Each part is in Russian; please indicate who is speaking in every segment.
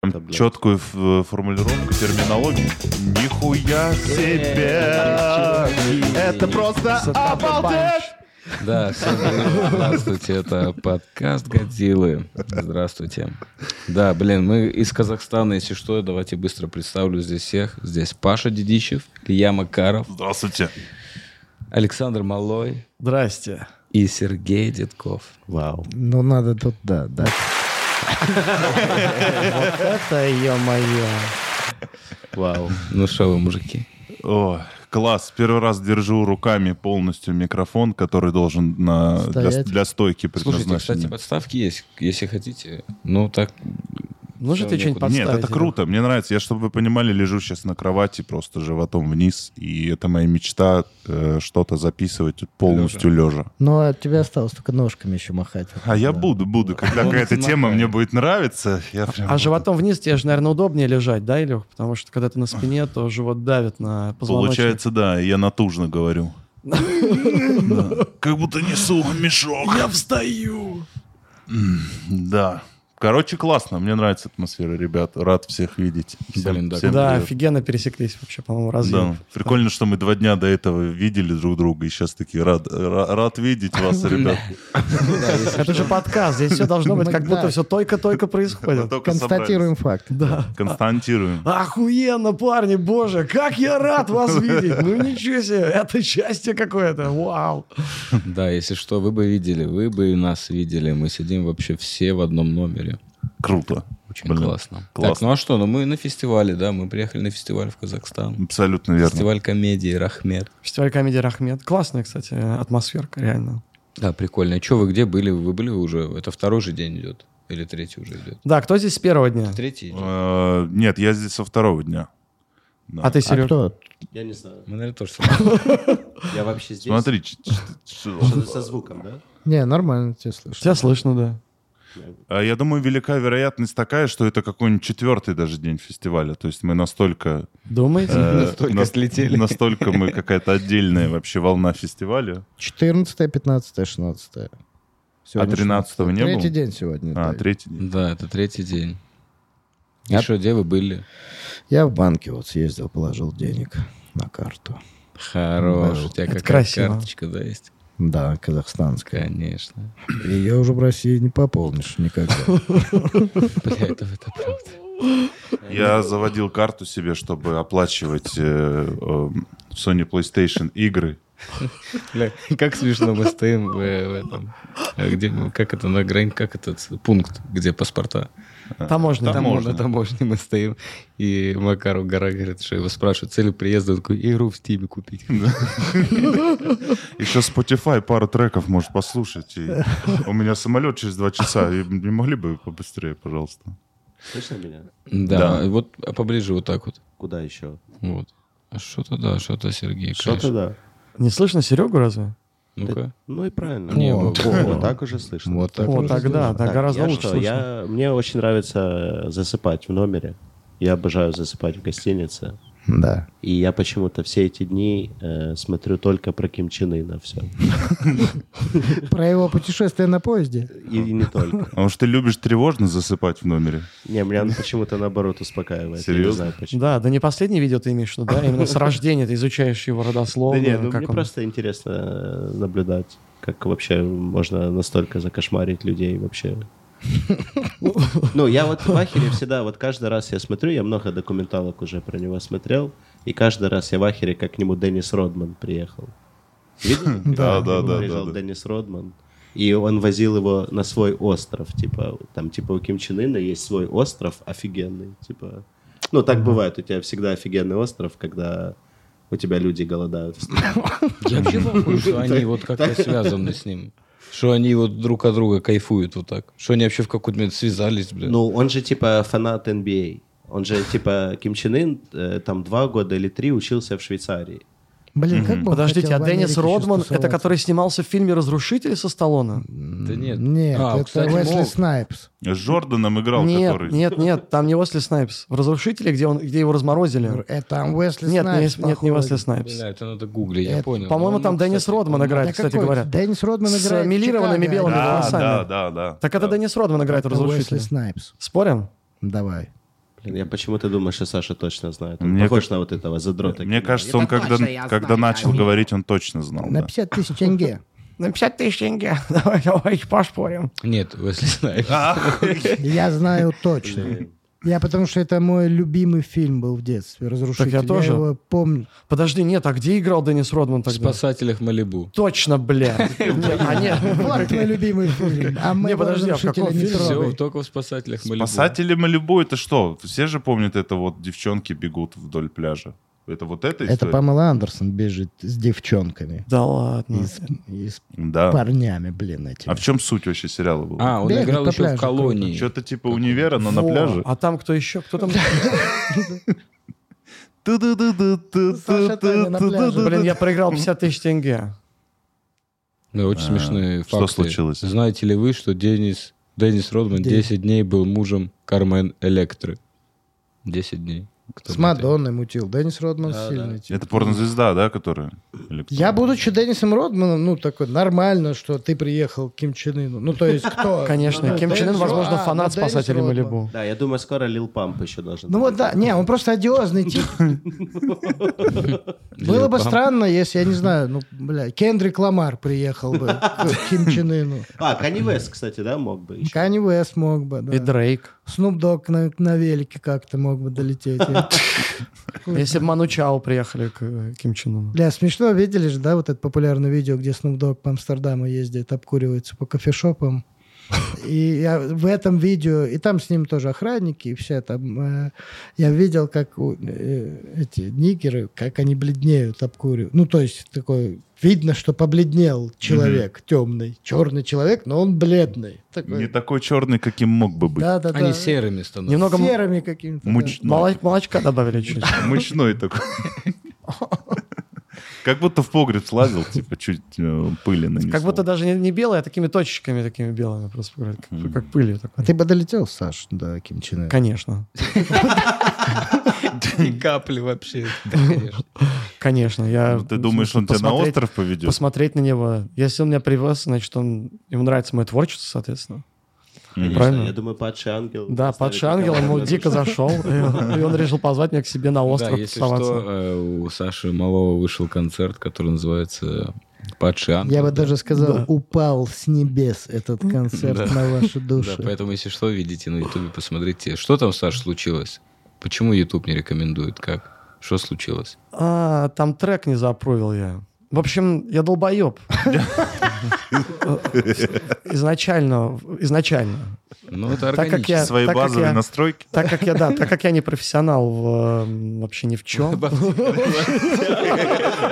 Speaker 1: прям четкую ф- э, формулировку, терминологию. Нихуя себе! Это просто обалдеть!
Speaker 2: Э, Да, всем привет. здравствуйте, это подкаст Годзиллы. Здравствуйте. Да, блин, мы из Казахстана, если что, давайте быстро представлю здесь всех. Здесь Паша Дедичев, Илья Макаров,
Speaker 1: Здравствуйте.
Speaker 2: Александр Малой
Speaker 3: Здрасте.
Speaker 2: и Сергей Дедков.
Speaker 3: Вау.
Speaker 4: Ну, надо тут, да, да. Вот это, ё-моё.
Speaker 3: Вау.
Speaker 2: Ну что вы, мужики?
Speaker 1: О, класс. Первый раз держу руками полностью микрофон, который должен на, для,
Speaker 4: Стоять.
Speaker 1: для стойки
Speaker 2: Слушайте,
Speaker 1: предназначен.
Speaker 2: кстати, подставки есть, если хотите. Ну так,
Speaker 3: Можете
Speaker 2: Всё,
Speaker 3: что-нибудь
Speaker 2: некуда.
Speaker 3: подставить?
Speaker 1: Нет, это
Speaker 3: или?
Speaker 1: круто, мне нравится. Я, чтобы вы понимали, лежу сейчас на кровати просто животом вниз, и это моя мечта э, что-то записывать полностью лежа.
Speaker 4: Ну, а тебе осталось только ножками еще махать.
Speaker 1: А я буду, буду. Когда
Speaker 2: Вот
Speaker 1: какая-то тема
Speaker 2: нахуй.
Speaker 1: мне будет нравиться, я прям
Speaker 3: А животом вниз тебе же, наверное, удобнее лежать, да, Илюх? Потому что когда ты на спине, то живот давит на позвоночник.
Speaker 1: Получается, да, я натужно говорю. Да. Как будто несу мешок. Я встаю. Да. Короче, классно. Мне нравится атмосфера, ребят. Рад всех видеть. Всем-
Speaker 2: Блин, да,
Speaker 1: всем
Speaker 3: да,
Speaker 1: привет.
Speaker 3: офигенно пересеклись вообще, по-моему,
Speaker 1: Да.
Speaker 3: разъем.
Speaker 1: Прикольно, что мы два дня до этого видели друг друга, и сейчас такие рад, ра- рад видеть вас, ребят.
Speaker 3: Это же подкаст, здесь все должно быть, как
Speaker 4: Да.
Speaker 3: будто все только-только
Speaker 1: Мы
Speaker 3: происходит.
Speaker 1: только
Speaker 4: Констатируем факт.
Speaker 3: Да.
Speaker 1: собрались. Констатируем.
Speaker 3: Охуенно, парни, боже, как я рад вас видеть. Ну ничего себе, это счастье какое-то, вау.
Speaker 2: да, если что, вы бы видели, вы бы и нас видели. Мы сидим вообще все в одном номере.
Speaker 1: Круто.
Speaker 2: Очень
Speaker 1: Блин,
Speaker 2: классно. Так,
Speaker 1: классно.
Speaker 2: ну а что, ну мы на фестивале, да, мы приехали на фестиваль в Казахстан.
Speaker 1: Абсолютно верно.
Speaker 2: Фестиваль комедии «Рахмет».
Speaker 3: Фестиваль комедии Рахмет. Классная, кстати, атмосферка, реально.
Speaker 2: Да, прикольно. А что, вы где были? Вы были уже? Это второй же день идет? Или третий уже А. идет?
Speaker 3: Да, кто здесь с первого дня?
Speaker 2: Третий идет.
Speaker 1: Э, Нет, я здесь со второго дня. Да.
Speaker 3: А ты,
Speaker 4: А
Speaker 3: Серег?
Speaker 4: кто?
Speaker 5: Я не знаю.
Speaker 2: Мы, наверное, тоже...
Speaker 5: Я вообще здесь.
Speaker 1: Смотри, ч- ч- ч-
Speaker 5: Что-то со звуком, да?
Speaker 4: Не, нормально тебя слышно.
Speaker 3: Тебя слышно, да.
Speaker 1: А Я думаю, велика вероятность такая, что это какой-нибудь четвертый даже день фестиваля. То есть мы настолько...
Speaker 3: Думаете?
Speaker 1: э,
Speaker 2: Настолько
Speaker 1: нас-
Speaker 2: слетели.
Speaker 1: Настолько мы какая-то отдельная вообще волна фестиваля.
Speaker 4: 14, 15, 16. Сегодня
Speaker 1: 13-го А не
Speaker 4: 16.
Speaker 1: было?
Speaker 4: Третий день сегодня. да.
Speaker 1: А, третий день.
Speaker 2: Да, это третий день. И
Speaker 4: А-
Speaker 2: что, где вы были?
Speaker 4: Я в банке вот съездил, положил денег на карту.
Speaker 2: Хорош.
Speaker 4: Да.
Speaker 2: У тебя
Speaker 3: Это
Speaker 2: какая
Speaker 3: красиво.
Speaker 2: карточка, да, есть?
Speaker 4: Да, казахстанская.
Speaker 2: Конечно.
Speaker 4: Ее уже в России не пополнишь никогда.
Speaker 2: Бля, это, это правда.
Speaker 1: Я заводил карту себе, чтобы оплачивать э, э, Sony PlayStation игры.
Speaker 2: Бля, как смешно мы стоим э, в, в этом... А Где, мы- как это на грань, как этот э, пункт, где паспорта?
Speaker 3: Таможня.
Speaker 2: Там
Speaker 1: Таможня.
Speaker 2: можно, таможне мы стоим. И Макару Гора говорит, что его спрашивают, цель приезда, он такой, игру в Стиме купить.
Speaker 1: Еще Spotify пару треков может послушать. И у меня самолет через два часа. И не могли бы вы побыстрее, пожалуйста?
Speaker 5: Слышно меня?
Speaker 2: Да, вот а поближе вот так вот.
Speaker 5: Куда еще?
Speaker 2: Вот. А Что-то да, что-то Сергей.
Speaker 5: Что-то
Speaker 2: конечно.
Speaker 5: да.
Speaker 3: Не слышно Серегу разве?
Speaker 2: Ну-ка.
Speaker 5: Ну и правильно.
Speaker 2: Не,
Speaker 5: Во,
Speaker 2: вот-
Speaker 5: во, вот так уже слышно.
Speaker 2: Вот так.
Speaker 3: О,
Speaker 2: вот.
Speaker 3: тогда, да,
Speaker 5: Так,
Speaker 3: гораздо
Speaker 5: я
Speaker 3: лучше
Speaker 5: что,
Speaker 3: слышно.
Speaker 5: я- Мне очень нравится э, засыпать в номере. Я обожаю засыпать в гостинице.
Speaker 4: Да.
Speaker 5: И я почему-то все эти дни э, смотрю только про Ким Чен Ына все.
Speaker 4: Про его путешествие на поезде?
Speaker 5: И, и не только.
Speaker 1: Потому что А ты любишь тревожно засыпать в номере.
Speaker 5: Не, меня он почему-то наоборот успокаивает. Я не
Speaker 1: Серьёзно?
Speaker 5: знаю почему.
Speaker 3: Да, да не последнее видео ты имеешь в виду, да? Именно с рождения ты изучаешь его
Speaker 5: Да
Speaker 3: родословную.
Speaker 5: не, ну
Speaker 3: как
Speaker 5: мне
Speaker 3: он-
Speaker 5: просто интересно э, наблюдать, как вообще можно настолько закошмарить людей вообще. Ну, я вот в ахере всегда, вот каждый раз я смотрю, я много документалок уже про него смотрел, и каждый раз я в ахере, как к нему Деннис Родман приехал. Видели?
Speaker 1: Да,
Speaker 5: К
Speaker 1: да,
Speaker 5: нему
Speaker 1: да,
Speaker 5: Приезжал
Speaker 1: да, да.
Speaker 5: Деннис Родман, и он возил его на свой остров, типа, там, типа, у Ким Чен Ына есть свой остров офигенный, типа, ну, так бывает, у тебя всегда офигенный остров, когда у тебя люди голодают в стране.
Speaker 2: Я вообще в ахуе, что они вот как-то связаны с ним. Что они вот друг от друга кайфуют вот так. Что они вообще в какой-то момент связались, бля.
Speaker 5: Ну, он же типа фанат NBA. Он же типа Ким Чен Ын э, там два года или три учился в Швейцарии.
Speaker 4: Блин, как бы он
Speaker 3: Подождите,
Speaker 4: хотел
Speaker 3: а
Speaker 4: в
Speaker 3: Деннис
Speaker 4: Америке
Speaker 3: Родман,
Speaker 4: чувствоваться.
Speaker 3: это который снимался в фильме «Разрушители» со Сталлоне?
Speaker 2: да нет.
Speaker 4: Нет,
Speaker 2: А,
Speaker 4: это
Speaker 2: кстати,
Speaker 4: Уэсли
Speaker 2: мог.
Speaker 4: Снайпс.
Speaker 1: С Джорданом играл,
Speaker 3: нет,
Speaker 1: который...
Speaker 3: нет, нет, там не Уэсли Снайпс. В «Разрушителе», где, он, где его разморозили.
Speaker 4: Это там Уэсли
Speaker 3: Нет, не-
Speaker 4: Снайпс.
Speaker 3: нет, не Уэсли
Speaker 4: походу.
Speaker 3: Снайпс.
Speaker 2: Бля, это надо гуглить, я
Speaker 4: Это-
Speaker 2: понял.
Speaker 3: По-моему,
Speaker 2: Ну,
Speaker 3: там
Speaker 2: ну,
Speaker 3: Деннис
Speaker 2: кстати,
Speaker 3: Родман
Speaker 2: он-
Speaker 3: играет,
Speaker 4: Да
Speaker 3: кстати
Speaker 4: какой?
Speaker 3: говоря.
Speaker 4: Деннис Родман
Speaker 3: С
Speaker 4: играет в
Speaker 3: милированными
Speaker 4: Чикаго,
Speaker 3: белыми
Speaker 4: а
Speaker 1: Да,
Speaker 3: волосами.
Speaker 1: да, да, да.
Speaker 3: Так это
Speaker 1: Да.
Speaker 3: Деннис Родман играет в
Speaker 4: это Уэсли
Speaker 3: «Разрушителе».
Speaker 4: Снайпс.
Speaker 3: Спорим?
Speaker 4: Давай.
Speaker 5: Блин, я почему-то думаю, что Саша точно знает. Он
Speaker 1: Мне
Speaker 5: похож на вот этого задрота.
Speaker 1: Мне кажется, он
Speaker 6: Это
Speaker 1: когда,
Speaker 6: точно ну, я
Speaker 1: когда
Speaker 6: знаю,
Speaker 1: начал
Speaker 6: они-
Speaker 1: говорить, он точно знал.
Speaker 6: На
Speaker 1: Ну да.
Speaker 6: 50 тысяч тенге.
Speaker 3: На 50 тысяч тенге. Давай, давай, пошпорим.
Speaker 2: Нет, Уэсли Снайпс.
Speaker 6: Я знаю точно. Я потому что это мой любимый фильм был в детстве. Разрушитель.
Speaker 3: тоже.
Speaker 6: его помню.
Speaker 3: Подожди, нет, а где играл Деннис Родман
Speaker 2: В
Speaker 3: тогда?
Speaker 2: «Спасателях Малибу».
Speaker 3: Точно, блядь. А не-
Speaker 6: Вот мой любимый фильм. А мы
Speaker 3: подожди, а в каком
Speaker 6: не
Speaker 3: фильме?
Speaker 2: Все,
Speaker 6: трогай.
Speaker 2: только в «Спасателях Малибу».
Speaker 1: Спасатели Малибу это что? Все же помнят это вот девчонки бегут вдоль пляжа. Это вот эта
Speaker 6: Это
Speaker 1: история?
Speaker 6: Памела Андерсон бежит с девчонками.
Speaker 3: Да ладно.
Speaker 6: И с, и с
Speaker 1: Да.
Speaker 6: парнями, блин, этими.
Speaker 1: А в чем суть вообще сериала была?
Speaker 2: А, он
Speaker 6: Бегает
Speaker 2: играл
Speaker 6: по
Speaker 2: еще в
Speaker 6: пляжу
Speaker 2: «Колонии».
Speaker 1: Что-то типа универа, но на
Speaker 3: Во,
Speaker 1: пляже.
Speaker 3: А там кто еще? Кто там?
Speaker 6: Саша Таня на пляже.
Speaker 3: Блин, я проиграл 50 тысяч тенге.
Speaker 2: Да, очень смешные
Speaker 1: что
Speaker 2: факты.
Speaker 1: случилось?
Speaker 2: Знаете ли вы, что Денис, Денис Родман 10 дней был мужем Кармен Электры? 10 дней. Кто
Speaker 6: С
Speaker 2: бы это-
Speaker 6: Мадонной мутил. Деннис Родман сильный тип.
Speaker 1: Это порнозвезда, да, которая? Или кто?
Speaker 6: Я, будучи Деннисом Родманом, ну, такой, нормально, что ты приехал к Ким Чен Ыну. Ну, то есть, кто?
Speaker 3: Конечно,
Speaker 6: Ну,
Speaker 3: Ким Чен Ын,
Speaker 6: Деннис Род-
Speaker 3: возможно,
Speaker 6: а,
Speaker 3: фанат
Speaker 6: ну, Деннис
Speaker 3: спасателей
Speaker 6: Родман.
Speaker 3: Малибу.
Speaker 5: Да, я думаю, скоро Лил Памп еще должен.
Speaker 6: Ну вот да, не, он просто одиозный тип. Было бы
Speaker 2: Лил Памп.
Speaker 6: странно, если, я не знаю, ну, бля, Кендрик Ламар приехал бы к Ким Чен Ыну.
Speaker 5: А, Канни Вест, кстати, да, мог бы еще.
Speaker 6: Канни Уэст мог бы,
Speaker 3: И
Speaker 6: да.
Speaker 3: Дрейк.
Speaker 6: Снуп Дог на, на велике как-то мог бы долететь.
Speaker 3: Если бы Ману Чао приехали к э, Ким Чен Ыну.
Speaker 6: Бля, смешно, видели же, да, вот это популярное видео, где Snoop Dogg по Амстердаму ездит, обкуривается по кофешопам. И я в этом видео, и там с ним тоже охранники, и все там. э, я видел, как у- э, эти нигеры, как они бледнеют, обкуривают. Ну, то есть, такой, видно, что побледнел человек темный, черный человек, но он бледный. Такой,
Speaker 1: Не такой черный, каким мог бы быть.
Speaker 6: да, да, да.
Speaker 2: Они серыми становятся.
Speaker 3: Немного м-
Speaker 6: серыми какими-то. да.
Speaker 1: Муч-
Speaker 3: мало- молочка добавили чуть.
Speaker 1: Мучной такой. Как будто в погреб слазил, типа, чуть э, пыли нанесло.
Speaker 3: Как будто даже не, не белые, а такими точечками такими белыми просто говорят, как,
Speaker 1: Мгм.
Speaker 3: как пылью
Speaker 6: А
Speaker 3: такой.
Speaker 6: ты бы долетел, Саш, до Ким Чен Ына?
Speaker 3: Конечно,
Speaker 2: Ни капли вообще. конечно.
Speaker 3: конечно. Я,
Speaker 1: Ну, Ты думаешь, он тебя на
Speaker 3: посмотреть-
Speaker 1: остров поведет?
Speaker 3: Посмотреть на него. Если он меня привез, значит, он ему нравится мое творчество, соответственно.
Speaker 5: Конечно,
Speaker 3: Правильно.
Speaker 5: Я думаю, падший ангел.
Speaker 1: Ну,
Speaker 3: Да,
Speaker 5: поставит
Speaker 3: падший ангел
Speaker 5: Николая
Speaker 3: ему
Speaker 5: Владимировича.
Speaker 3: дико зашел, и он решил позвать меня к себе на
Speaker 2: Да,
Speaker 3: остров
Speaker 2: если
Speaker 3: тусоваться.
Speaker 2: что, э, у Саши Малова вышел концерт, который называется «Падший ангел».
Speaker 6: Я бы даже сказал, упал с небес этот концерт
Speaker 2: Да.
Speaker 6: на вашу
Speaker 2: Да,
Speaker 6: душу.
Speaker 2: поэтому, если что, видите на Ютубе, посмотрите. Что там, Саш, случилось? Почему Ютуб не рекомендует? Как? Что случилось?
Speaker 3: А, там трек не запровил я. В общем, я Э, долбоеб. Изначально, изначально.
Speaker 2: Ну, это
Speaker 3: Так как я-
Speaker 2: органично.
Speaker 1: Свои
Speaker 3: так как
Speaker 1: базовые
Speaker 3: я-
Speaker 1: настройки?
Speaker 3: Так как я, да, так как я не профессионал в, э, вообще ни в чем.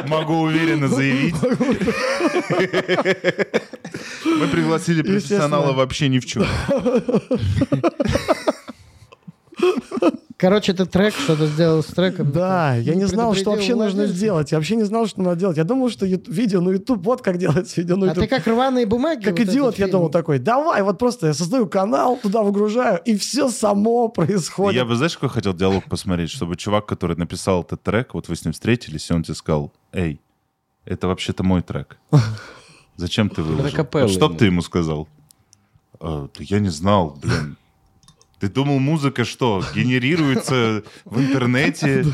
Speaker 1: Могу уверенно заявить. Мы пригласили профессионала
Speaker 3: Естественно.
Speaker 1: вообще ни в чем.
Speaker 6: Короче, ты трек что-то сделал с треком.
Speaker 3: Да, я не знал, что
Speaker 6: предупредил
Speaker 3: вообще нужно
Speaker 6: владельца.
Speaker 3: сделать. Я вообще не знал, что надо делать. Я думал, что ют- видео на YouTube, вот как делается видео на
Speaker 6: А ты
Speaker 3: YouTube.
Speaker 6: как рваные бумаги.
Speaker 3: Как
Speaker 6: вот этот
Speaker 3: идиот, я
Speaker 6: фильм.
Speaker 3: думал такой, давай, вот просто я создаю канал, туда выгружаю, и все само
Speaker 1: Я
Speaker 3: происходит.
Speaker 1: бы, знаешь, какой хотел диалог посмотреть, чтобы чувак, который написал этот трек, вот вы с ним встретились, и он тебе сказал, эй, это вообще-то мой трек. Зачем ты выложил?
Speaker 2: капелла
Speaker 1: Вот Что б
Speaker 2: ему.
Speaker 1: ты ему сказал? «Э, да я не знал, блин. Ты думал, музыка что, генерируется в интернете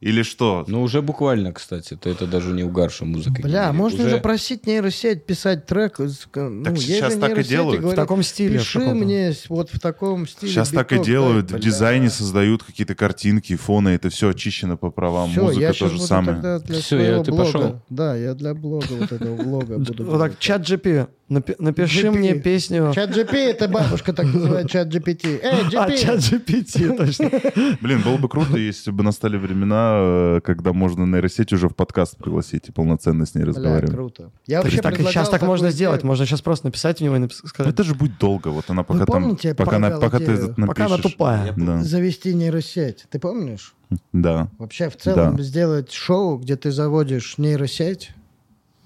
Speaker 1: или что?
Speaker 2: Ну, уже буквально, кстати. То это даже не угарша музыка.
Speaker 6: Бля,
Speaker 2: генерит.
Speaker 6: можно
Speaker 2: Уже-
Speaker 6: же просить нейросеть писать трек. из- к- ну,
Speaker 1: Так
Speaker 6: есть
Speaker 1: сейчас
Speaker 6: же
Speaker 1: так и
Speaker 6: нейросети,
Speaker 1: делают. В
Speaker 6: говорят,
Speaker 3: таком стиле, в
Speaker 6: Пиши
Speaker 3: каком-то».
Speaker 6: мне с- вот в таком стиле.
Speaker 1: Сейчас так и
Speaker 6: биток,
Speaker 1: делают,
Speaker 6: да,
Speaker 1: в
Speaker 6: бля.
Speaker 1: дизайне создают какие-то картинки, фоны, это все очищено по правам,
Speaker 6: Всё, я
Speaker 1: музыка
Speaker 6: щас
Speaker 1: то же
Speaker 6: буду
Speaker 1: самое.
Speaker 6: тогда для
Speaker 2: Всё, я-
Speaker 6: своего
Speaker 2: ты
Speaker 6: блога.
Speaker 2: пошёл?
Speaker 6: Да, я для блога вот этого блога буду.
Speaker 3: Ну, Вот так,
Speaker 6: делать.
Speaker 3: чат GP, напи- напиши
Speaker 6: GP.
Speaker 3: мне песню.
Speaker 6: Чат GP, это бабушка так называет чат GPT. Эй,
Speaker 3: А,
Speaker 6: GP!
Speaker 3: чат GPT, точно.
Speaker 1: Блин, было бы круто, если бы настали времена, э, когда можно нейросеть уже в подкаст пригласить и полноценно с ней
Speaker 6: Бля,
Speaker 1: разговаривать.
Speaker 6: круто. Я
Speaker 3: Так,
Speaker 6: вообще
Speaker 3: так и
Speaker 6: предлагал
Speaker 3: сейчас так
Speaker 6: такую
Speaker 3: можно
Speaker 6: идею.
Speaker 3: сделать. Можно сейчас просто написать в него и напис- сказать,
Speaker 1: Это же будет долго, вот она пока там...
Speaker 6: помните, я
Speaker 1: пока, она-
Speaker 6: предлагал
Speaker 1: пока ты
Speaker 6: идею?
Speaker 1: этот
Speaker 3: пока она
Speaker 1: напишешь.
Speaker 3: тупая.
Speaker 1: Да.
Speaker 6: Завести нейросеть. Ты помнишь?
Speaker 1: да.
Speaker 6: Вообще в целом
Speaker 1: Да.
Speaker 6: сделать шоу, где ты заводишь нейросеть,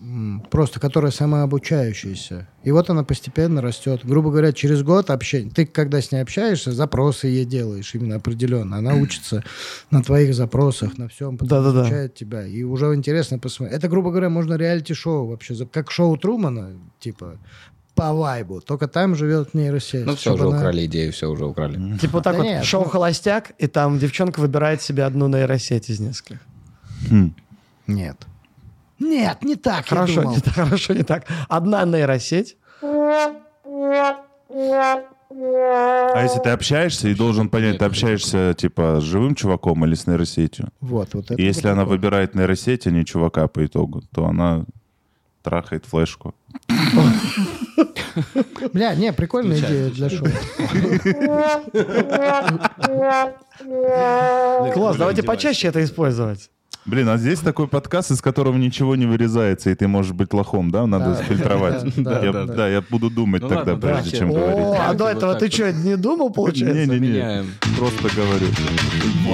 Speaker 6: м, просто которая самообучающаяся. И вот она постепенно растет. Грубо говоря, через год общение. Ты, когда с ней общаешься, запросы ей делаешь именно определенно. Она учится на твоих запросах, на всем, потом
Speaker 3: Да-да-да.
Speaker 6: изучает тебя. И уже интересно посмотреть. Это, грубо говоря, можно реалити-шоу вообще. за- Как шоу Трумана, типа по вайбу. Только там живет нейросеть.
Speaker 2: Ну все,
Speaker 6: чтобы
Speaker 2: уже
Speaker 6: она-
Speaker 2: украли идею, все уже украли.
Speaker 3: Типа вот так
Speaker 6: Да
Speaker 3: вот
Speaker 6: нет,
Speaker 3: шоу
Speaker 6: ну-
Speaker 3: «Холостяк», и там девчонка выбирает себе одну нейросеть из нескольких.
Speaker 1: Хм.
Speaker 4: Нет.
Speaker 6: Нет, не так, я
Speaker 3: Хорошо,
Speaker 6: думал.
Speaker 3: не так, хорошо, не так. Одна нейросеть.
Speaker 1: А если ты общаешься и должен понять, ты общаешься типа с живым чуваком или с нейросетью?
Speaker 6: Вот, вот это
Speaker 1: И если
Speaker 6: вот
Speaker 1: она
Speaker 6: такое.
Speaker 1: выбирает нейросеть, а не чувака по итогу, то она трахает флешку.
Speaker 6: Бля, не, прикольная идея для шоу.
Speaker 3: Класс, давайте почаще это использовать.
Speaker 1: Блин, а здесь такой подкаст, из которого ничего не вырезается, и ты можешь быть лохом, да? Надо
Speaker 6: Да,
Speaker 1: фильтровать.
Speaker 6: да,
Speaker 1: Я-
Speaker 2: да, да.
Speaker 1: Да, я буду думать
Speaker 2: Ну
Speaker 1: тогда,
Speaker 2: ладно,
Speaker 1: прежде
Speaker 2: давайте.
Speaker 1: чем
Speaker 2: О,
Speaker 1: говорить.
Speaker 3: О, а до
Speaker 2: Вот
Speaker 3: этого
Speaker 2: так
Speaker 3: ты
Speaker 2: вот.
Speaker 3: что, не думал, получается?
Speaker 1: Не-не-не,
Speaker 2: Меняем.
Speaker 1: просто говорю.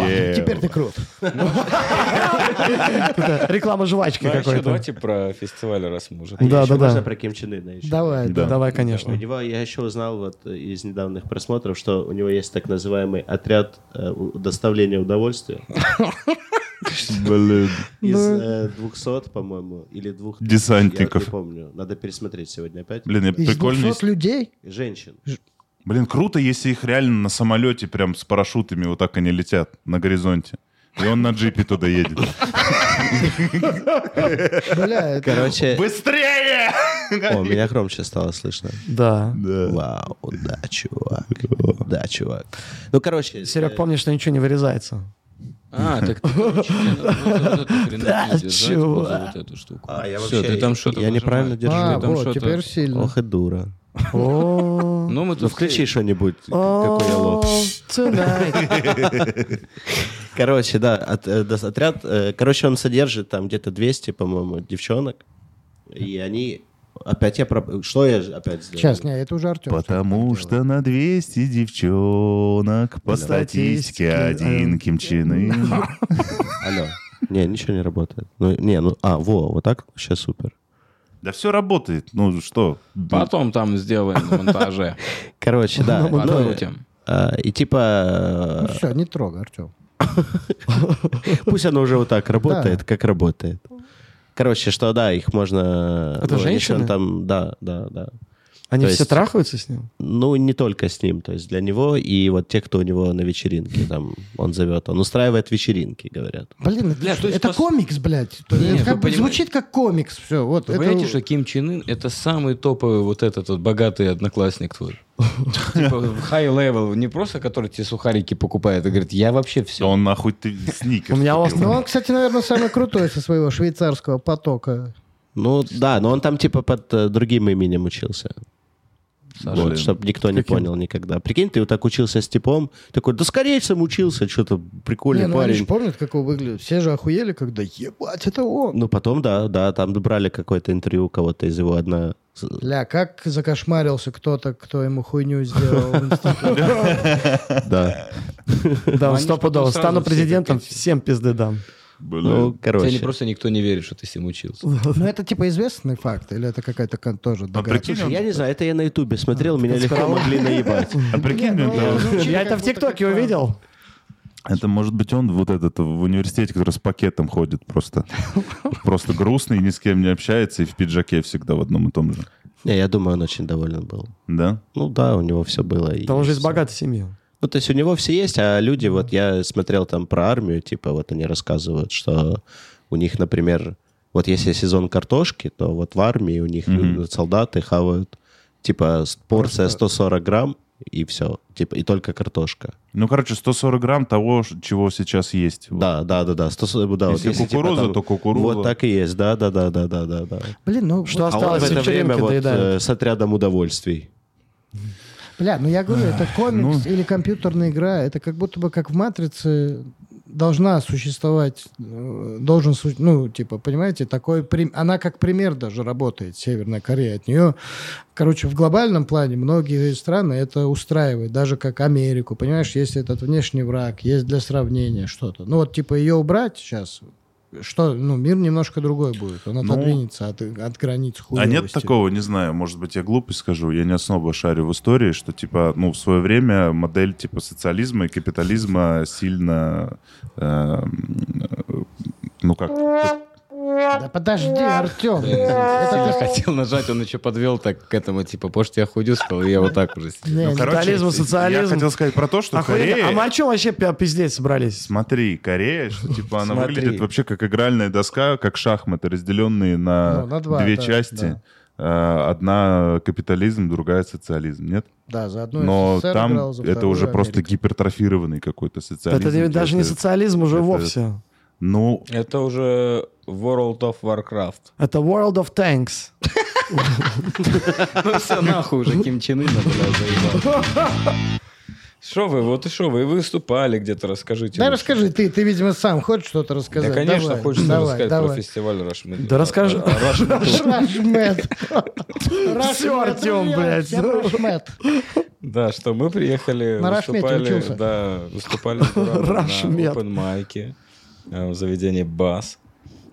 Speaker 1: Е.
Speaker 6: Теперь ты крут.
Speaker 3: Это Реклама жвачки
Speaker 2: Ну, а еще
Speaker 3: какой-то.
Speaker 2: давайте про фестиваль, раз мы уже.
Speaker 3: Да, да,
Speaker 5: А Можно
Speaker 3: да.
Speaker 5: про Ким Чен Ына еще?
Speaker 6: Давай.
Speaker 1: Да.
Speaker 3: Давай,
Speaker 5: У
Speaker 3: конечно.
Speaker 5: него, я еще узнал вот из недавних просмотров, что у него есть так называемый отряд э, у- доставления удовольствия.
Speaker 1: Блин.
Speaker 5: Из э, 200, по-моему, или двух...
Speaker 1: Десантников.
Speaker 5: Я не помню. Надо пересмотреть сегодня опять.
Speaker 1: Блин, я
Speaker 6: Из
Speaker 1: прикольно.
Speaker 6: 200
Speaker 1: если-
Speaker 6: людей?
Speaker 5: Женщин.
Speaker 1: Блин, круто, если их реально на самолете прям с парашютами вот так они летят на горизонте. И он на джипе туда едет.
Speaker 6: Бля, это-
Speaker 5: Короче,
Speaker 1: Быстрее!
Speaker 5: о, меня громче стало слышно.
Speaker 3: Да.
Speaker 5: Вау, да, чувак. Да, чувак. Ну, короче...
Speaker 3: Серег,
Speaker 5: э,
Speaker 3: помни, что ничего не вырезается.
Speaker 2: А, так ты, короче, тебе надо вот эту хренотень
Speaker 3: Да,
Speaker 2: держать, вот за вот эту штуку.
Speaker 5: А, я
Speaker 2: Всё,
Speaker 5: вообще-
Speaker 2: ты там что-то
Speaker 5: я неправильно
Speaker 2: нажимаешь.
Speaker 6: А,
Speaker 5: держу.
Speaker 2: Ты там
Speaker 6: вот,
Speaker 2: что-то-
Speaker 6: теперь сильно.
Speaker 5: Ох и дура.
Speaker 3: О,
Speaker 2: Ну, мы
Speaker 5: Ну, А.
Speaker 2: тут
Speaker 5: включи что-нибудь, какой я лох.
Speaker 3: О, tonight.
Speaker 5: Короче, да, от- э, дос- отряд, э, короче, он содержит там где-то 200, по-моему, девчонок, и они, опять я, про- что я же опять сделал?
Speaker 6: Сейчас, не, это уже Артем.
Speaker 1: Потому что на 200 девчонок по
Speaker 3: статистике
Speaker 1: статистике один
Speaker 3: один
Speaker 1: Ким Чен Ын.
Speaker 2: Алло.
Speaker 5: Не, ничего не работает. Ну, не, ну, а, во, вот так вообще супер.
Speaker 1: Да все работает. Ну что?
Speaker 2: Потом там сделаем на монтаже.
Speaker 5: Короче, да, ну,
Speaker 2: Покрутим.
Speaker 5: э, и типа, э,
Speaker 6: Все, Ну не трогай, Артем.
Speaker 5: пусть оно уже вот так работает, как работает. Короче, что да, их можно...
Speaker 3: Это
Speaker 5: ну, если он
Speaker 3: женщины?
Speaker 5: Там, да, да, да.
Speaker 3: Они
Speaker 5: То
Speaker 3: все
Speaker 5: есть-
Speaker 3: трахаются с ним?
Speaker 5: Ну, не только с ним, то есть для него и вот те, кто у него на вечеринке, там, он зовет, он устраивает вечеринки, говорят.
Speaker 6: Блин, это,
Speaker 2: Бля,
Speaker 6: ж-
Speaker 2: то есть
Speaker 6: это
Speaker 2: пос-
Speaker 6: комикс, блядь. То есть
Speaker 2: Не, вы
Speaker 6: это как бы
Speaker 2: понимаете.
Speaker 6: звучит как комикс, все. Вот
Speaker 2: Вы
Speaker 6: это-
Speaker 2: понимаете, что Ким Чен Ын это самый топовый вот этот вот богатый одноклассник твой? Типа high level, не просто который тебе сухарики покупает и говорит, я вообще
Speaker 1: Да
Speaker 2: все.
Speaker 1: он нахуй ты сникерс.
Speaker 3: У меня
Speaker 1: купил.
Speaker 6: Ну, он, кстати, наверное, самый крутой со своего швейцарского потока.
Speaker 5: Ну да, но он там типа под э, другим именем учился.
Speaker 1: Саша. Блин.
Speaker 5: чтобы никто не понял никогда. Прикинь, ты вот так учился с типом, такой, да с корейцем учился, что-то прикольный
Speaker 6: Не, ну они
Speaker 5: парень.
Speaker 6: же помнят, как его выглядит. Все же охуели, когда ебать, это он.
Speaker 5: Ну потом, да, да, там брали какое-то интервью кого-то из его одна...
Speaker 6: Бля, как закошмарился кто-то, кто ему хуйню сделал в Инстаграме.
Speaker 5: Да.
Speaker 3: Да,
Speaker 2: Они ж
Speaker 3: стопудово.
Speaker 2: потом сразу
Speaker 3: Стану
Speaker 2: все
Speaker 3: президентом,
Speaker 2: такие, типа.
Speaker 3: всем пизды дам.
Speaker 1: Блин.
Speaker 5: Ну,
Speaker 2: Тебе не
Speaker 5: короче.
Speaker 2: просто никто не верит, что ты с ним учился.
Speaker 6: Ну, это типа известный факт, или это какая-то кон- тоже
Speaker 1: А
Speaker 6: догадка?
Speaker 1: прикинь,
Speaker 5: Я
Speaker 1: он-
Speaker 5: не знаю, это я на Ютубе
Speaker 3: А,
Speaker 5: смотрел, меня легко могли наебать.
Speaker 1: а прикинь,
Speaker 6: Ну,
Speaker 1: это-
Speaker 6: звучит
Speaker 3: Я
Speaker 6: как
Speaker 3: это в
Speaker 6: будто
Speaker 3: ТикТоке
Speaker 6: как а,
Speaker 3: увидел.
Speaker 1: это может быть он вот этот в университете, который с пакетом ходит просто. Просто грустный, ни с кем не общается и в пиджаке всегда в одном и том же.
Speaker 5: Не, я думаю, он очень доволен был.
Speaker 1: Да?
Speaker 5: Ну да, у него все было. и
Speaker 3: Там уже из
Speaker 5: всё.
Speaker 3: богатой семьи.
Speaker 5: Ну, то есть у него все есть, а люди, вот я смотрел там про армию, типа вот они рассказывают, что у них, например, вот если сезон картошки, то вот в армии у них люди, солдаты хавают, типа с- порция 140 грамм, и все, типа, и только картошка.
Speaker 1: Ну, короче, 140 грамм того, ш- чего сейчас есть. Вот.
Speaker 5: Да, да, да, да. 140, да типа
Speaker 1: Если кукуруза, то кукуруза.
Speaker 5: Вот так и есть, да, да, да, да, да, да. да.
Speaker 6: Блин, ну,
Speaker 3: Что
Speaker 6: вот,
Speaker 5: А он
Speaker 3: осталось
Speaker 5: в это время
Speaker 3: вечеринки
Speaker 5: вот
Speaker 3: доедает.
Speaker 5: э, с отрядом удовольствий.
Speaker 6: бля, ну я говорю,
Speaker 1: А,
Speaker 6: это комикс
Speaker 1: ну.
Speaker 6: или компьютерная игра, это как будто бы как в «Матрице» должна существовать, э, должен, су- ну, типа, понимаете, такой, при- она как пример даже работает, Северная Корея, от нее, короче, в глобальном плане многие страны это устраивает, даже как Америку, понимаешь, есть этот внешний враг, есть для сравнения что-то. Ну, вот, типа, ее убрать сейчас, что, ну, мир немножко другой будет, он
Speaker 1: Ну,
Speaker 6: отодвинется от, от границ
Speaker 1: А нет
Speaker 6: хуевости.
Speaker 1: такого, не знаю, может быть, я глупость скажу, я не особо шарю в истории, что, типа, ну, в свое время модель, типа, социализма и эм, капитализма сильно, э, м, э, ну, как,
Speaker 6: Да подожди, Артем.
Speaker 2: Я
Speaker 6: Это
Speaker 2: хотел нажать, он еще подвел так к этому, типа, может, я худю, сказал, и я вот так уже
Speaker 6: ты-
Speaker 3: Ну,
Speaker 2: сидел.
Speaker 6: Не,
Speaker 3: капитализм,
Speaker 1: ну, Я
Speaker 3: социализм.
Speaker 1: хотел сказать про то, что
Speaker 3: Охуенно.
Speaker 1: Корея...
Speaker 3: А мы о чем вообще пи- пиздеть собрались?
Speaker 1: Смотри, Корея, что типа она
Speaker 3: Смотри.
Speaker 1: выглядит вообще как игральная доска, как шахматы, разделенные на,
Speaker 6: Ну, на два,
Speaker 1: две
Speaker 6: да,
Speaker 1: части.
Speaker 6: да.
Speaker 1: Э, Одна капитализм, другая социализм, нет?
Speaker 6: Да, за одну
Speaker 1: Но
Speaker 6: СССР
Speaker 1: там
Speaker 6: играл, за
Speaker 1: это
Speaker 6: вторую
Speaker 1: уже просто
Speaker 6: Америка.
Speaker 1: гипертрофированный какой-то социализм.
Speaker 3: Это не- даже не
Speaker 1: Это-
Speaker 3: социализм уже
Speaker 1: это-
Speaker 3: вовсе.
Speaker 1: Ну,
Speaker 2: Это уже World of Warcraft.
Speaker 3: Это World of Tanks.
Speaker 2: Ну все, нахуй уже Ким Чен Ына, блядь, заебал. Шо вы, вот и шо вы, и выступали где-то, расскажите.
Speaker 6: Да
Speaker 2: лучше.
Speaker 6: расскажи, ты, ты, видимо, сам хочешь что-то рассказать.
Speaker 2: Да, конечно,
Speaker 6: Давай,
Speaker 2: хочется
Speaker 6: давай,
Speaker 2: рассказать про
Speaker 6: давай.
Speaker 2: фестиваль Rush.
Speaker 3: Да расскажи.
Speaker 6: Рашмет.
Speaker 3: Всё, Артём, блядь. ну.
Speaker 6: Рашмет.
Speaker 2: Да, что мы приехали,
Speaker 6: На Рашмете
Speaker 2: выступали,
Speaker 6: учился.
Speaker 2: да, выступали с Бураном на
Speaker 3: Рашмет.
Speaker 2: Open майке в заведении «Бас».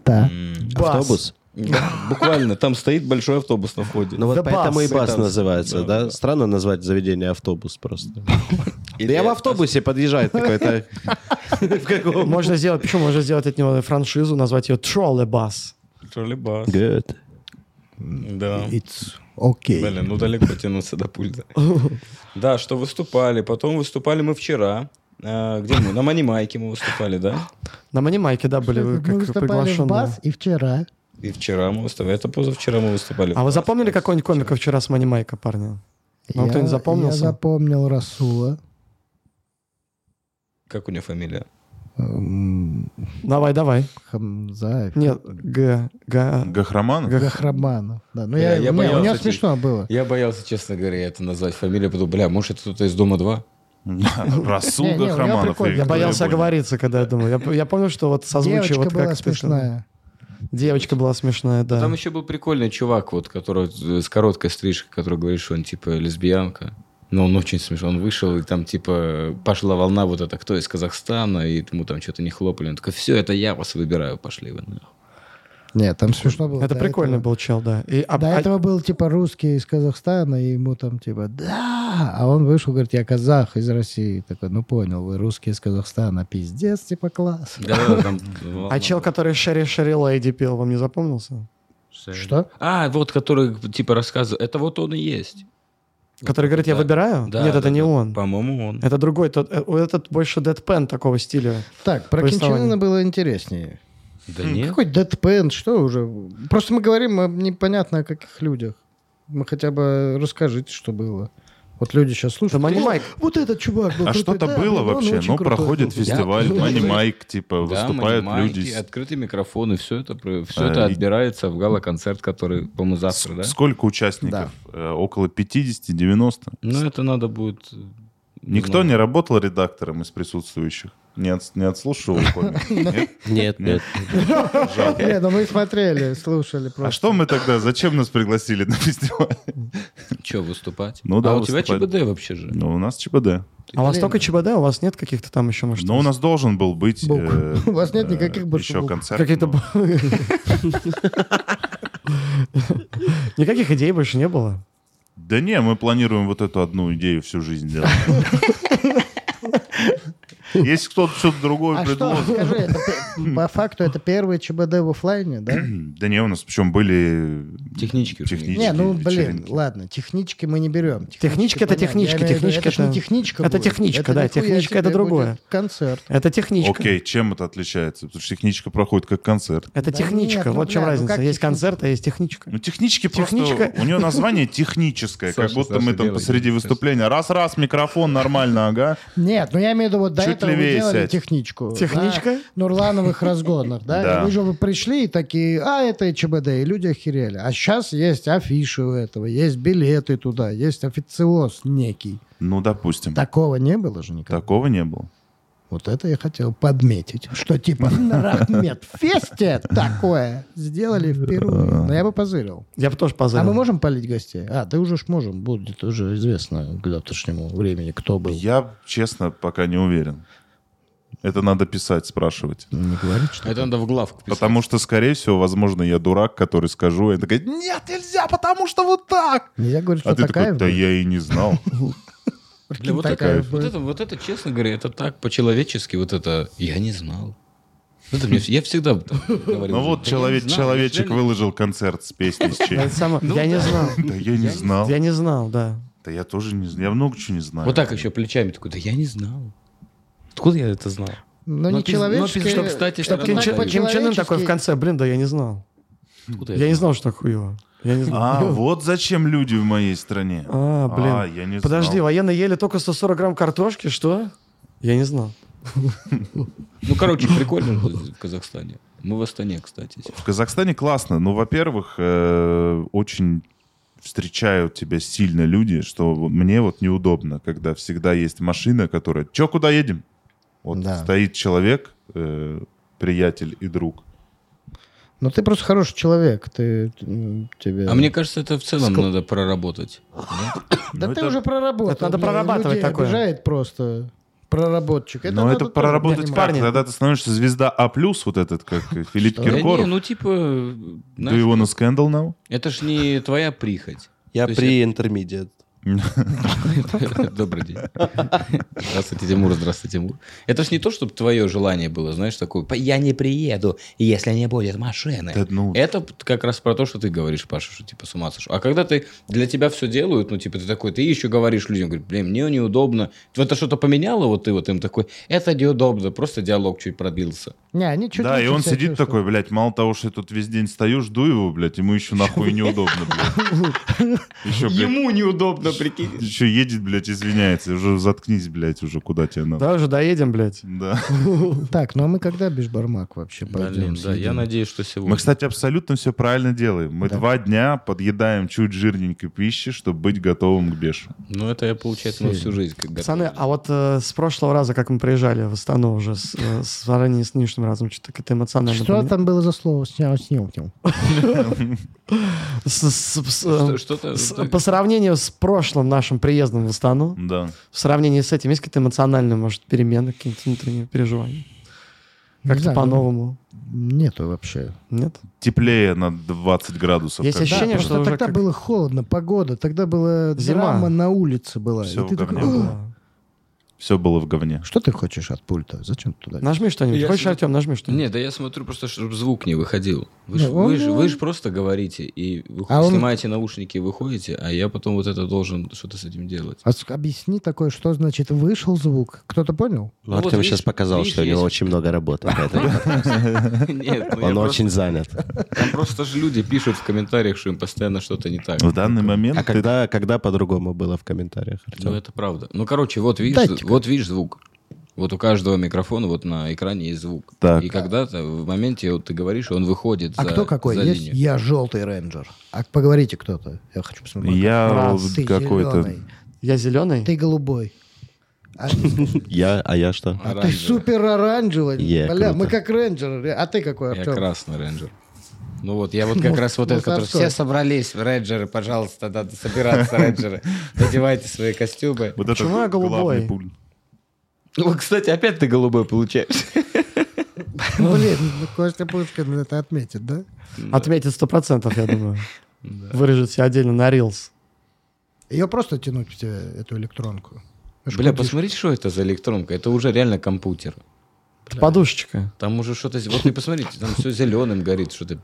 Speaker 6: Да.
Speaker 2: М,
Speaker 3: Бас.
Speaker 5: Автобус.
Speaker 2: Да, Буквально, там стоит большой автобус на входе.
Speaker 5: Ну вот
Speaker 3: Да
Speaker 5: поэтому
Speaker 3: бас.
Speaker 5: и бас
Speaker 2: Да,
Speaker 5: называется,
Speaker 2: да,
Speaker 5: да?
Speaker 2: да.
Speaker 5: Странно назвать заведение автобус просто.
Speaker 2: И
Speaker 5: Да я в
Speaker 2: это-
Speaker 5: автобусе подъезжает такой-то. В каком?
Speaker 3: Можно сделать, почему можно сделать от него франшизу, назвать ее Троллебас.
Speaker 2: Тролли бас.
Speaker 5: Good.
Speaker 2: Да.
Speaker 6: It's okay.
Speaker 2: Блин, ну далеко тянуться до пульта. Да, что выступали. Потом выступали мы вчера. А, Где мы? На Манимайке мы выступали, да?
Speaker 3: На манимайке, да, были вы
Speaker 6: Мы
Speaker 3: как
Speaker 6: выступали в
Speaker 3: приглашенные.
Speaker 6: бас и вчера.
Speaker 2: И вчера мы выступали. Это позавчера мы выступали.
Speaker 3: А вы запомнили какого-нибудь комика вчера с манимайка, парни? Вам
Speaker 6: Я-
Speaker 3: Ну, кто-нибудь запомнился?
Speaker 6: Я запомнил Расула.
Speaker 2: Как у него фамилия?
Speaker 6: Эм,
Speaker 3: Давай, давай.
Speaker 6: Хамзаев.
Speaker 3: Нет, Г, Г.
Speaker 1: Гахраманов?
Speaker 6: Гахраманов. Да. Ну,
Speaker 2: Бля,
Speaker 6: я,
Speaker 2: я
Speaker 6: у меня- у меня
Speaker 2: боялся
Speaker 6: смешно было.
Speaker 2: Я боялся, честно говоря, это назвать фамилию. Потом, бля, может, это кто-то из Дома 2?
Speaker 6: Не,
Speaker 1: Расул
Speaker 6: не, у меня
Speaker 1: Гахраманов.
Speaker 6: прикольно.
Speaker 1: и
Speaker 3: Я
Speaker 1: Виктория
Speaker 3: боялся
Speaker 1: Бойко.
Speaker 3: оговориться, когда я думал. Я, я помню, что вот созвучие,
Speaker 6: Девочка
Speaker 3: вот
Speaker 6: была
Speaker 3: как ты-
Speaker 6: смешная.
Speaker 3: Девочка была смешная, да.
Speaker 2: Там еще был прикольный чувак, вот, который э, с короткой стрижкой, который говорит, что он типа лесбиянка. Но он очень смешон. Он вышел, и там типа пошла волна вот эта, кто из Казахстана, и ему там что-то не хлопали. Он такой, все, это я вас выбираю, пошли вы нахуй.
Speaker 6: Нет, там смешно было.
Speaker 3: Это
Speaker 6: До
Speaker 3: прикольный
Speaker 6: этого-
Speaker 3: был чел, да. И, а-
Speaker 6: До
Speaker 3: а-
Speaker 6: этого был типа русский из Казахстана, и ему там типа да, а он вышел, говорит, я казах из России, такой, ну понял, вы русские из Казахстана, пиздец, типа класс.
Speaker 2: Да, там...
Speaker 3: а чел, который Шерри Шерри Лэйди пел, вам не запомнился?
Speaker 6: Что?
Speaker 2: А, вот, который типа рассказывал. Это вот он и есть.
Speaker 3: Который говорит, я
Speaker 2: Да.
Speaker 3: выбираю?
Speaker 2: Да,
Speaker 3: А, Нет,
Speaker 2: да,
Speaker 3: это не
Speaker 2: да.
Speaker 3: он.
Speaker 2: По-моему, он.
Speaker 3: Это другой, тот, э, этот больше Дэдпен такого стиля.
Speaker 6: Так, про
Speaker 3: Повествование.
Speaker 6: Кинчинина было интереснее.
Speaker 2: Да
Speaker 3: хм,
Speaker 2: нет.
Speaker 6: Какой Дэдпен, что уже? Просто мы говорим а, непонятно о каких людях. Мы хотя бы расскажите, что было. Вот люди сейчас слушают.
Speaker 3: Да Money
Speaker 6: «О,
Speaker 3: Mike».
Speaker 6: Вот этот чувак был
Speaker 1: А
Speaker 6: крутой,
Speaker 1: что-то
Speaker 6: да,
Speaker 1: было
Speaker 6: блин, он
Speaker 1: вообще?
Speaker 6: очень
Speaker 1: Ну,
Speaker 6: крутой
Speaker 1: проходит
Speaker 6: был».
Speaker 1: фестиваль,
Speaker 6: Я-
Speaker 1: Мани Майк, типа,
Speaker 2: Да,
Speaker 1: выступают
Speaker 2: манимайки,
Speaker 1: люди. с-
Speaker 2: открытый микрофон, и все это, все
Speaker 1: А,
Speaker 2: это
Speaker 1: и-
Speaker 2: отбирается в гала-концерт, который, по-моему, завтра, да?
Speaker 1: Сколько участников? Э, Около 50-90.
Speaker 2: Ну, это надо будет... э,
Speaker 1: Никто
Speaker 2: знаю.
Speaker 1: не работал редактором из присутствующих? Не, от- не отслушивал комик? Нет?
Speaker 5: Нет, нет.
Speaker 1: Жалко.
Speaker 6: Не, ну мы смотрели, слушали
Speaker 1: А
Speaker 6: просто.
Speaker 1: что мы тогда? Зачем нас пригласили на фестиваль?
Speaker 2: Че, выступать?
Speaker 1: Ну да,
Speaker 2: а у тебя
Speaker 1: выступать.
Speaker 2: ЧБД вообще же.
Speaker 1: Ну, у нас ЧПД.
Speaker 3: А у вас только ЧБД, у вас нет каких-то там еще, может,
Speaker 1: Но Ну, у нас должен был быть...
Speaker 6: Бук.
Speaker 1: э,
Speaker 6: У вас нет
Speaker 1: э,
Speaker 6: никаких больше
Speaker 1: Еще
Speaker 6: бук.
Speaker 1: концерт. Ну,
Speaker 3: каких-то...
Speaker 1: но-
Speaker 3: Никаких идей больше не было?
Speaker 1: Да не, мы планируем вот эту одну идею всю жизнь делать. Если кто-то что-то другое
Speaker 6: А что,
Speaker 1: предложит...
Speaker 6: скажи, это пе- по факту это первый ЧБД в оффлайне, да?
Speaker 1: Да не, у нас причем были...
Speaker 2: Технички.
Speaker 1: Технички.
Speaker 6: Не, ну блин,
Speaker 1: вечеринки.
Speaker 6: ладно, технички мы не берем.
Speaker 3: Технички это
Speaker 6: понятно.
Speaker 3: технички,
Speaker 6: Я имею в виду,
Speaker 3: технички
Speaker 6: это ж не
Speaker 3: это-
Speaker 6: техничка.
Speaker 3: это
Speaker 6: будет.
Speaker 3: техничка, да,
Speaker 6: нихуя
Speaker 3: техничка это
Speaker 6: себе
Speaker 3: другое.
Speaker 6: будет Концерт.
Speaker 3: Это техничка.
Speaker 1: Окей, чем это отличается? Потому что техничка проходит как концерт.
Speaker 3: Это
Speaker 6: Да
Speaker 3: техничка.
Speaker 6: нет, ну,
Speaker 3: вот в чем
Speaker 6: бля, ну
Speaker 3: разница.
Speaker 6: как
Speaker 3: есть
Speaker 6: техни-
Speaker 3: концерт, а есть техничка.
Speaker 1: Ну, технически
Speaker 3: Техничка.
Speaker 1: просто... У нее название техническое, как
Speaker 2: Саша,
Speaker 1: будто
Speaker 2: Саша,
Speaker 1: мы там
Speaker 2: делай,
Speaker 1: посреди
Speaker 2: делай,
Speaker 1: выступления. Раз-раз, микрофон, нормально, ага.
Speaker 6: Нет, ну я имею в виду, вот до
Speaker 1: Чуть
Speaker 6: этого вы
Speaker 1: левее
Speaker 6: делали
Speaker 1: сядь.
Speaker 6: техничку.
Speaker 3: Техничка?
Speaker 6: на Нурлановых разгонах, да?
Speaker 1: Да.
Speaker 6: И Вы же вы пришли и такие, а, это ЧБД, и люди охерели. А сейчас есть афиши у этого, есть билеты туда, есть официоз некий.
Speaker 1: Ну, допустим.
Speaker 6: Такого не было же никогда.
Speaker 1: Такого не было.
Speaker 6: Вот это я хотел подметить, что типа на Рахмет-фесте такое сделали впервые. Но я бы позырил.
Speaker 3: Я бы тоже
Speaker 6: А
Speaker 3: позову.
Speaker 6: мы можем полить гостей? А, ты уже ж можем, будет уже известно к завтрашнему времени, кто был.
Speaker 1: Я, честно, пока не уверен. Это надо писать, спрашивать.
Speaker 6: Не говорит, что...
Speaker 2: А Это надо в главку писать.
Speaker 1: Потому что, скорее всего, возможно, я дурак, который скажу, и она такая, нет, нельзя, потому что вот так.
Speaker 6: Нельзя говорить, что
Speaker 1: А ты такой,
Speaker 6: такая
Speaker 1: да я и не знал.
Speaker 2: Бля, вот, это, вот, это, вот это, честно говоря, это так по-человечески, вот это я не знал. Это мне- я всегда об этом говорил.
Speaker 1: Ну вот
Speaker 2: Да
Speaker 1: человек,
Speaker 2: я не знаю,
Speaker 1: человечек
Speaker 2: неужели-
Speaker 1: выложил концерт с песней с
Speaker 3: Да,
Speaker 1: чей.
Speaker 3: это самое-
Speaker 6: Ну
Speaker 3: Я не знал.
Speaker 1: Да я не знал.
Speaker 3: Я не знал, да.
Speaker 1: Да я тоже не знал. Я много чего не знаю.
Speaker 2: Вот так еще плечами такой, да я не знал. Откуда я это знал?
Speaker 6: Но
Speaker 2: Ну,
Speaker 6: не
Speaker 2: пиз-
Speaker 6: человеческие...
Speaker 2: ну, пиз- что, кстати,
Speaker 6: чтоб
Speaker 2: это
Speaker 6: Ким
Speaker 3: Ким,
Speaker 2: нормально.
Speaker 6: Чен-
Speaker 3: Чен- Ким Чен Ын такой в конце, блин, да я не знал.
Speaker 2: Откуда
Speaker 3: Я не знал, что так хуево. Я не знал.
Speaker 1: А, вот зачем люди в моей стране.
Speaker 3: А, блин.
Speaker 1: А, я не
Speaker 3: Подожди,
Speaker 1: знал.
Speaker 3: военные ели только 140 грамм картошки, что? Я не знал.
Speaker 2: Ну, короче, прикольно было в Казахстане. Мы в Астане, кстати.
Speaker 1: В Казахстане классно. Ну, во-первых, э, очень встречают тебя сильно люди, что мне вот неудобно, когда всегда есть машина, которая... Че, куда едем? Вот
Speaker 4: Да.
Speaker 1: стоит человек, э, приятель и друг.
Speaker 6: Ну, ты просто хороший человек. Ты, м, тебе...
Speaker 2: А мне кажется, это в целом
Speaker 6: Скл-
Speaker 2: надо проработать.
Speaker 6: Да
Speaker 1: Ну,
Speaker 6: ты
Speaker 1: это-
Speaker 6: уже проработал.
Speaker 3: Это надо
Speaker 6: Бля,
Speaker 3: прорабатывать
Speaker 6: людей
Speaker 3: такое.
Speaker 6: обижает просто проработчик.
Speaker 1: Но
Speaker 6: надо
Speaker 1: ну, это
Speaker 6: тоже
Speaker 1: проработать как?
Speaker 6: понимать.
Speaker 3: Парни.
Speaker 1: Тогда ты становишься звезда А+, вот этот, как Филипп
Speaker 6: Что?
Speaker 2: Да не,
Speaker 1: Киркоров.
Speaker 2: ну, типа,
Speaker 1: Do
Speaker 2: знаешь,
Speaker 1: you wanna scandal now?
Speaker 2: это ж не твоя прихоть.
Speaker 5: Я
Speaker 2: То есть
Speaker 5: при интермедиат.
Speaker 2: Добрый день. Здравствуйте, Тимур, здравствуйте, Тимур. Это ж не то, чтобы твое желание было, знаешь, такое, «П- я не приеду, если не будет машины.
Speaker 1: Да ну.
Speaker 2: Это п- как раз про то, что ты говоришь, Паша, что типа с ума сошел. А когда ты для тебя все делают, ну типа ты такой, ты еще говоришь людям, говорит, блин, мне неудобно. Вот это что-то поменяло, вот ты вот им такой, это неудобно, просто диалог чуть продлился.
Speaker 6: Не, они чуть
Speaker 1: Да, и
Speaker 6: лучше
Speaker 1: он
Speaker 6: себя
Speaker 1: сидит
Speaker 6: чувствуют.
Speaker 1: такой, блядь, мало того, что я тут весь день стою, жду его, блядь, ему еще нахуй неудобно, блядь. Еще, блядь,
Speaker 2: неудобно, прикинь.
Speaker 1: еще едет, блядь, извиняется. Уже заткнись, блядь, уже куда тебе надо.
Speaker 3: Да, уже доедем, блядь.
Speaker 1: Да.
Speaker 6: Так, ну а мы когда бешбармак вообще пойдем?
Speaker 2: Блин, да, я надеюсь, что сегодня.
Speaker 1: Мы, кстати, абсолютно все правильно делаем. Мы два дня подъедаем чуть жирненькой пищи, чтобы быть готовым к бешу.
Speaker 2: Ну это я, получается, на всю жизнь. как
Speaker 3: Пацаны,
Speaker 2: готовлю.
Speaker 3: а вот э, с прошлого раза, как мы приезжали в Астану уже, с, э, с сравнении с нынешним разом, что-то как-то эмоционально...
Speaker 6: Что
Speaker 3: поменя-
Speaker 6: там было за слово? Снял, снял, снял.
Speaker 3: С- с- с-
Speaker 2: Что-
Speaker 3: э,
Speaker 2: Что-то...
Speaker 3: с- По сравнению с прошлым нашим приездом в Астану,
Speaker 1: Да.
Speaker 3: в сравнении с этим, есть какие-то эмоциональные, может, перемены, какие-то внутренние переживания? Как-то
Speaker 6: знаю. ну,
Speaker 3: по-новому?
Speaker 6: Нету вообще.
Speaker 3: Нет?
Speaker 1: Теплее на 20 градусов.
Speaker 3: Есть
Speaker 1: как
Speaker 6: Да,
Speaker 3: Ощущение,
Speaker 1: бы.
Speaker 3: что
Speaker 6: просто
Speaker 3: уже
Speaker 6: тогда
Speaker 3: как-
Speaker 6: было холодно, погода, тогда была
Speaker 3: Зима.
Speaker 6: драма на улице была.
Speaker 1: Всё
Speaker 6: И ты
Speaker 1: в говне
Speaker 6: такой, «О,
Speaker 1: было. Все было в говне.
Speaker 6: Что ты хочешь от пульта? Зачем ты туда?
Speaker 3: Нажми что-нибудь.
Speaker 2: Я
Speaker 3: Хочешь,
Speaker 2: сюда-
Speaker 3: Артем, нажми что-нибудь.
Speaker 2: Нет, да я смотрю просто, чтобы звук не выходил. Вы
Speaker 6: Не,
Speaker 2: же
Speaker 6: Ну, он-
Speaker 2: просто говорите и вы
Speaker 6: А он-
Speaker 2: снимаете наушники и выходите, а я потом вот это должен что-то с этим делать.
Speaker 6: А с- Объясни такое, что значит вышел звук. Кто-то понял?
Speaker 2: Ну вот
Speaker 5: Артем
Speaker 2: видишь,
Speaker 5: сейчас показал,
Speaker 2: видишь,
Speaker 5: что у
Speaker 2: есть.
Speaker 5: него очень много работы. поэтому
Speaker 2: Нет, ну я
Speaker 5: Он
Speaker 2: просто-
Speaker 5: очень занят.
Speaker 2: там просто же люди пишут в комментариях, что им постоянно что-то не так.
Speaker 1: В данный момент
Speaker 5: А
Speaker 1: ты
Speaker 5: когда, когда по-другому было в комментариях,
Speaker 2: Ну
Speaker 5: Артем?
Speaker 2: это правда. Ну короче, вот видишь,
Speaker 6: Дайте-ка.
Speaker 2: вот видишь звук. Вот у каждого микрофона вот на экране есть звук.
Speaker 1: Так.
Speaker 2: И когда-то в моменте вот ты говоришь, и он выходит
Speaker 6: А
Speaker 2: за-
Speaker 6: кто какой?
Speaker 2: за
Speaker 6: Есть?
Speaker 2: линию.
Speaker 6: Я желтый рейнджер. А поговорите кто-то. Я хочу посмотреть.
Speaker 1: я
Speaker 3: Раз,
Speaker 1: вот
Speaker 6: Ты
Speaker 1: какой-то...
Speaker 6: зелёный,
Speaker 3: Я зеленый?
Speaker 6: ты голубой. А,
Speaker 5: Я, а я что?
Speaker 6: а ты
Speaker 2: Оранжевый.
Speaker 6: супер оранжевый.
Speaker 5: Е,
Speaker 6: Бля,
Speaker 5: круто.
Speaker 6: мы как рейнджеры. А ты какой,
Speaker 2: Я
Speaker 6: Артём?
Speaker 2: красный рейнджер. Ну вот, я вот как раз вот этот, который
Speaker 6: мусорской.
Speaker 2: все собрались, рейнджеры, пожалуйста, надо собираться, рейнджеры, надевайте свои костюмы.
Speaker 1: Вот
Speaker 3: Почему я
Speaker 1: это главный
Speaker 3: голубой?
Speaker 1: пуль.
Speaker 2: Ну, кстати, опять ты голубой получаешь.
Speaker 6: Блин, ну Костя Пушкин это отметит, да?
Speaker 3: Отметит сто процентов, я думаю. Вырежет себя отдельно на Reels.
Speaker 6: Ее просто тянуть в тебя, эту электронку.
Speaker 2: Бля, посмотри, что это за электронка, это уже реально компьютер.
Speaker 3: Это подушечка.
Speaker 2: Там уже что-то... Вот и посмотрите, там все зеленым горит, что-то...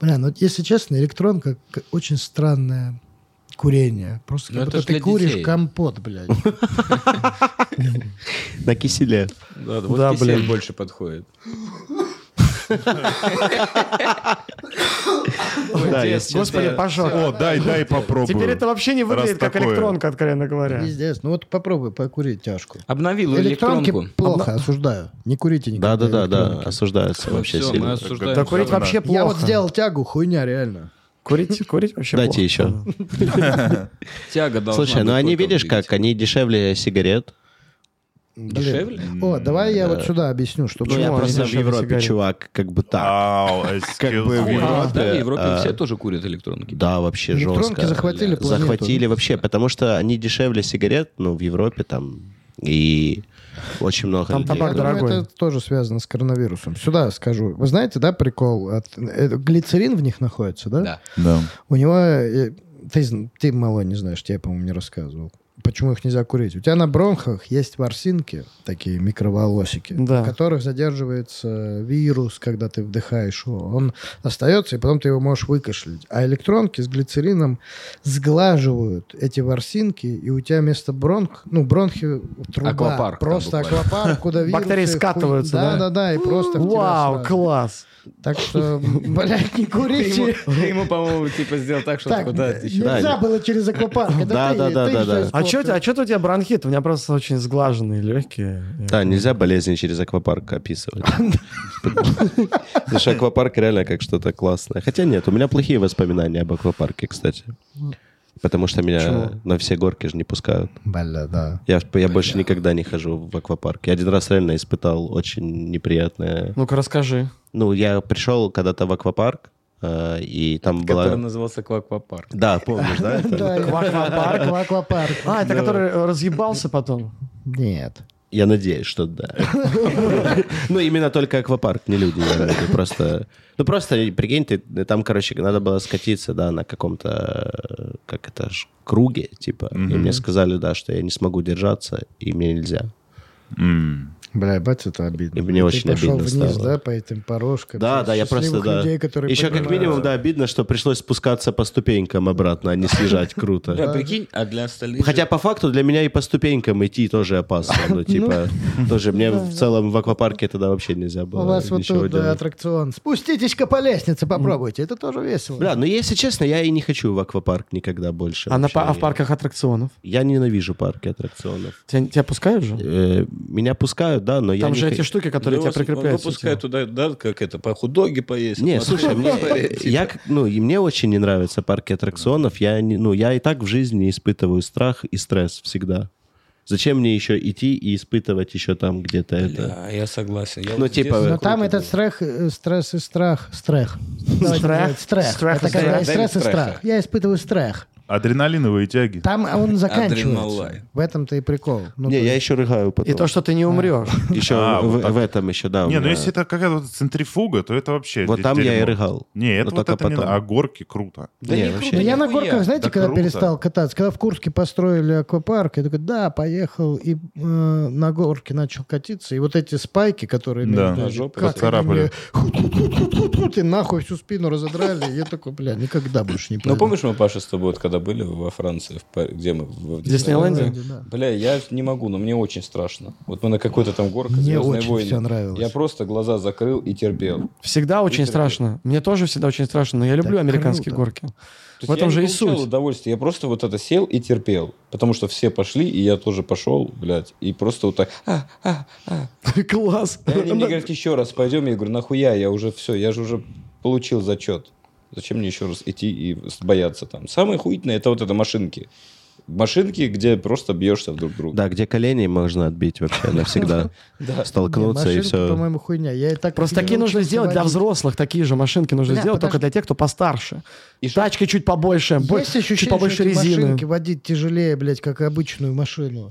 Speaker 6: Бля, ну если честно, электронка к- очень странное курение. Просто
Speaker 2: Ну,
Speaker 6: как
Speaker 2: это ж
Speaker 6: будто
Speaker 2: для
Speaker 6: ты куришь
Speaker 2: детей.
Speaker 6: компот, блядь.
Speaker 5: На киселе.
Speaker 2: Да,
Speaker 3: вот кисель
Speaker 2: больше подходит.
Speaker 5: Да, есть.
Speaker 3: Господи,
Speaker 1: О,
Speaker 3: пошел.
Speaker 1: дай, дай попробую.
Speaker 3: Теперь это вообще не выглядит
Speaker 1: Раз
Speaker 3: как
Speaker 1: такое.
Speaker 3: электронка, откровенно говоря.
Speaker 6: Пиздец. Ну вот попробуй покурить тяжку.
Speaker 2: Обновил
Speaker 6: Электронки
Speaker 2: Ну, электронку.
Speaker 6: плохо, осуждаю. Не курите никогда
Speaker 5: Да, да, да, да.
Speaker 6: электронки.
Speaker 5: Осуждаются вообще
Speaker 2: Все, мы
Speaker 5: сильно.
Speaker 2: осуждаем.
Speaker 3: Да курить
Speaker 1: Говна.
Speaker 3: вообще плохо.
Speaker 6: Я вот сделал тягу, хуйня, реально.
Speaker 3: Курить, курить вообще
Speaker 5: Дайте
Speaker 3: плохо.
Speaker 5: еще.
Speaker 2: Тяга должна
Speaker 5: Слушай, ну
Speaker 2: быть
Speaker 5: они,
Speaker 2: только
Speaker 5: видишь,
Speaker 2: в
Speaker 5: как,
Speaker 2: двигателе.
Speaker 5: они дешевле сигарет.
Speaker 6: Блин.
Speaker 2: Дешевле? Э,
Speaker 6: О, давай я вот сюда объясню, что
Speaker 5: Ну,
Speaker 3: они
Speaker 5: я
Speaker 6: почему.
Speaker 5: просто в
Speaker 3: дешевле
Speaker 5: Европе,
Speaker 3: сигарет? чувак,
Speaker 5: чувак, как бы
Speaker 2: А,
Speaker 5: так.
Speaker 1: Ау,
Speaker 5: Как бы
Speaker 1: excuse
Speaker 5: в
Speaker 1: me.
Speaker 5: Европе,
Speaker 2: Да, в Европе
Speaker 5: а,
Speaker 2: все тоже курят электронки.
Speaker 5: Да, вообще
Speaker 6: Электронки
Speaker 5: жестко.
Speaker 6: захватили планету.
Speaker 5: Захватили вообще, потому что они дешевле сигарет, ну, в Европе там, и очень много
Speaker 3: Там
Speaker 5: людей,
Speaker 3: табак
Speaker 5: которые-
Speaker 6: Я думаю,
Speaker 3: дорогой.
Speaker 6: Ну, Это тоже связано с коронавирусом. Сюда скажу. Вы знаете, да, прикол? От- э, Глицерин в них находится, да?
Speaker 2: Да.
Speaker 1: Да.
Speaker 6: У него... э, Ты, зн- ты мало не знаешь, я, по-моему, не рассказывал. почему их нельзя курить. У тебя на бронхах есть ворсинки, такие микроволосики,
Speaker 3: Да.
Speaker 6: в которых задерживается вирус, когда ты вдыхаешь его. Он остается, и потом ты его можешь выкашлять. А электронки с глицерином сглаживают эти ворсинки, и у тебя вместо бронх, ну, бронхи труба.
Speaker 2: Аквапарк там
Speaker 6: Просто
Speaker 2: буквально.
Speaker 6: аквапарк, куда вирусы...
Speaker 3: Бактерии
Speaker 6: хуй-
Speaker 3: скатываются, да?
Speaker 6: Да-да-да, и просто в тебя
Speaker 3: Вау,
Speaker 6: сразу.
Speaker 3: класс.
Speaker 6: Так что, блядь, не курите.
Speaker 2: Ему, по-моему, типа сделал так, что
Speaker 6: Так,
Speaker 2: куда ты чё?
Speaker 6: нельзя
Speaker 5: Да.
Speaker 6: было через аквапарк. Это
Speaker 5: Да,
Speaker 6: ты-
Speaker 5: да, да,
Speaker 6: ты
Speaker 5: да,
Speaker 6: что,
Speaker 5: да.
Speaker 3: А что
Speaker 6: испортил?
Speaker 3: а чё у тебя бронхит? У меня просто очень сглаженные легкие.
Speaker 5: Да, нельзя болезни через аквапарк описывать. Потому что аквапарк реально как что-то классное. Хотя нет, у меня плохие воспоминания об аквапарке, кстати.
Speaker 3: Ну.
Speaker 5: Потому что меня на все горки же не пускают.
Speaker 6: Бля, да.
Speaker 5: Я, я больше никогда не хожу в аквапарк. Я один раз реально испытал очень неприятное...
Speaker 3: Ну-ка расскажи.
Speaker 5: Ну, я пришел когда-то в аквапарк, э, и там
Speaker 2: Который
Speaker 5: была...
Speaker 2: назывался Кваквапарк.
Speaker 5: Да, помнишь, да? это?
Speaker 6: Да, я-
Speaker 3: аквапарк?
Speaker 6: В аквапарк.
Speaker 3: А, это который э, разъебался потом?
Speaker 6: Нет.
Speaker 5: Я надеюсь, что да. Ну, именно только аквапарк, не люди. я имею в виду, Просто, ну, просто, прикинь, ты там, короче, надо было скатиться, да, на каком-то, э, как это, ж, круге, типа. И мне сказали, да, что я не смогу держаться, и мне нельзя.
Speaker 1: М.
Speaker 6: Бля, бать, это обидно.
Speaker 5: И мне
Speaker 6: Ты
Speaker 5: очень
Speaker 6: пошел
Speaker 5: обидно
Speaker 6: вниз,
Speaker 5: стало.
Speaker 6: да, по этим порожкам.
Speaker 5: Да,
Speaker 6: всех
Speaker 5: да, я просто,
Speaker 6: счастливых
Speaker 5: да.
Speaker 6: людей, которые
Speaker 5: Еще как
Speaker 6: поднимаются.
Speaker 5: минимум, да, обидно, что пришлось спускаться по ступенькам обратно, а не съезжать
Speaker 2: Да,
Speaker 5: круто.
Speaker 2: прикинь, а для остальных...
Speaker 5: Хотя по факту для меня и по ступенькам идти тоже опасно. Ну, типа, тоже мне в целом в аквапарке тогда вообще нельзя было
Speaker 6: У вас вот
Speaker 5: ничего
Speaker 6: тут да,
Speaker 5: делать.
Speaker 6: аттракцион. Спуститесь-ка по лестнице, попробуйте. Это тоже весело.
Speaker 5: Бля, ну если честно, я и не хочу в аквапарк никогда больше.
Speaker 3: А, на,
Speaker 5: вообще.
Speaker 3: па- а в парках аттракционов?
Speaker 5: Я ненавижу парки аттракционов.
Speaker 3: Тебя, тебя пускают же?
Speaker 5: Э, меня пускают, да, но я
Speaker 3: Там
Speaker 5: не
Speaker 3: же
Speaker 5: хо-
Speaker 3: эти штуки, которые тебя прикрепляют.
Speaker 2: Выпускают туда, да, как это, по худоге поесть.
Speaker 5: Не,
Speaker 2: посмотреть,
Speaker 5: слушай, мне,
Speaker 2: посмотреть, типа.
Speaker 5: я, к- ну, и мне очень не нравятся парки аттракционов. Я, не, ну, я и так в жизни испытываю страх и стресс всегда. Зачем мне еще идти и испытывать еще там где-то это?
Speaker 2: Да, я согласен. Я
Speaker 5: Ну,
Speaker 2: вот
Speaker 5: типа,
Speaker 2: здесь-
Speaker 6: Но там этот страх, э, стресс и страх. Страх. Давайте
Speaker 3: Страх?
Speaker 6: говорить, Страх.
Speaker 3: Страх и
Speaker 6: Это когда
Speaker 3: страх.
Speaker 6: и стресс и
Speaker 2: Страх.
Speaker 6: страх. Я испытываю страх.
Speaker 1: Адреналиновые тяги.
Speaker 6: Там он заканчивается.
Speaker 2: Адреналайн.
Speaker 6: В этом-то и прикол. Ну,
Speaker 5: не,
Speaker 6: то
Speaker 5: я
Speaker 6: есть-
Speaker 5: еще рыгаю
Speaker 3: И
Speaker 5: потом.
Speaker 3: то, что ты не умрешь.
Speaker 5: Еще
Speaker 1: А,
Speaker 5: в,
Speaker 1: вот так.
Speaker 5: в этом еще, да. у
Speaker 1: Не, ну
Speaker 5: меня-
Speaker 1: если это какая-то вот центрифуга, то это вообще...
Speaker 5: Вот
Speaker 1: де-
Speaker 5: там я и
Speaker 1: дерьмо.
Speaker 5: рыгал.
Speaker 1: Не, это
Speaker 5: Но
Speaker 1: вот
Speaker 5: только
Speaker 1: это не...
Speaker 5: потом.
Speaker 1: А горки круто.
Speaker 5: Не,
Speaker 2: не
Speaker 5: вообще
Speaker 2: круто,
Speaker 6: Ну, я на
Speaker 2: нихуя.
Speaker 6: горках, знаете,
Speaker 1: Да
Speaker 6: когда
Speaker 1: круто.
Speaker 6: перестал кататься, когда в Курске построили аквапарк, я такой, да, поехал, и э, на горке начал катиться, и вот эти спайки, которые...
Speaker 1: Да.
Speaker 6: между-
Speaker 1: На
Speaker 2: жопу
Speaker 6: как они
Speaker 1: поцарапали.
Speaker 6: мне ху-ху-ху-ху-ху-ху, и нахуй всю спину разодрали, и я такой, бля, никогда больше не
Speaker 2: Ну,
Speaker 6: поеду.
Speaker 2: помнишь, мы, Паша, с тобой, вот, когда были во Франции, в Па- где мы? В- в
Speaker 3: Диснейленде?
Speaker 6: Да.
Speaker 2: Бля, я не могу, но мне очень страшно. Вот мы на какой-то там горке
Speaker 6: Мне
Speaker 2: «Звездные
Speaker 6: очень
Speaker 2: войны».
Speaker 6: всё нравилось.
Speaker 2: Я просто глаза закрыл и терпел.
Speaker 3: Всегда очень
Speaker 2: Виктор,
Speaker 3: страшно. Мне тоже всегда очень страшно, но я люблю
Speaker 6: Так
Speaker 3: американские
Speaker 6: круто.
Speaker 3: горки.
Speaker 2: То есть
Speaker 3: В этом
Speaker 2: я
Speaker 3: же
Speaker 2: не
Speaker 3: и
Speaker 2: получал
Speaker 3: суть.
Speaker 2: удовольствие. Я просто вот это сел и терпел. Потому что все пошли, и я тоже пошел, блядь. И просто вот так... «А, а, а».
Speaker 3: Класс.
Speaker 2: И они мне говорят, еще раз пойдем. Я говорю, нахуя? Я уже все, я же уже получил зачет. Зачем мне еще раз идти и с- бояться там? Самое хуительное это вот это машинки. Машинки, где просто бьешься друг друга.
Speaker 5: Да, где колени можно отбить вообще навсегда. Столкнуться и
Speaker 6: машинки,
Speaker 5: все.
Speaker 6: по-моему, хуйня. Я и так
Speaker 3: Просто
Speaker 6: не
Speaker 3: такие нужно
Speaker 6: научился
Speaker 3: сделать для
Speaker 6: водить.
Speaker 3: взрослых, такие же машинки нужно
Speaker 6: Бля,
Speaker 3: сделать только
Speaker 6: подожди.
Speaker 3: для тех, кто постарше.
Speaker 2: И что?
Speaker 3: Тачки чуть побольше, бо-
Speaker 6: Есть ощущение,
Speaker 3: чуть побольше
Speaker 6: что эти
Speaker 3: резины.
Speaker 6: машинки водить тяжелее, блядь, как обычную машину.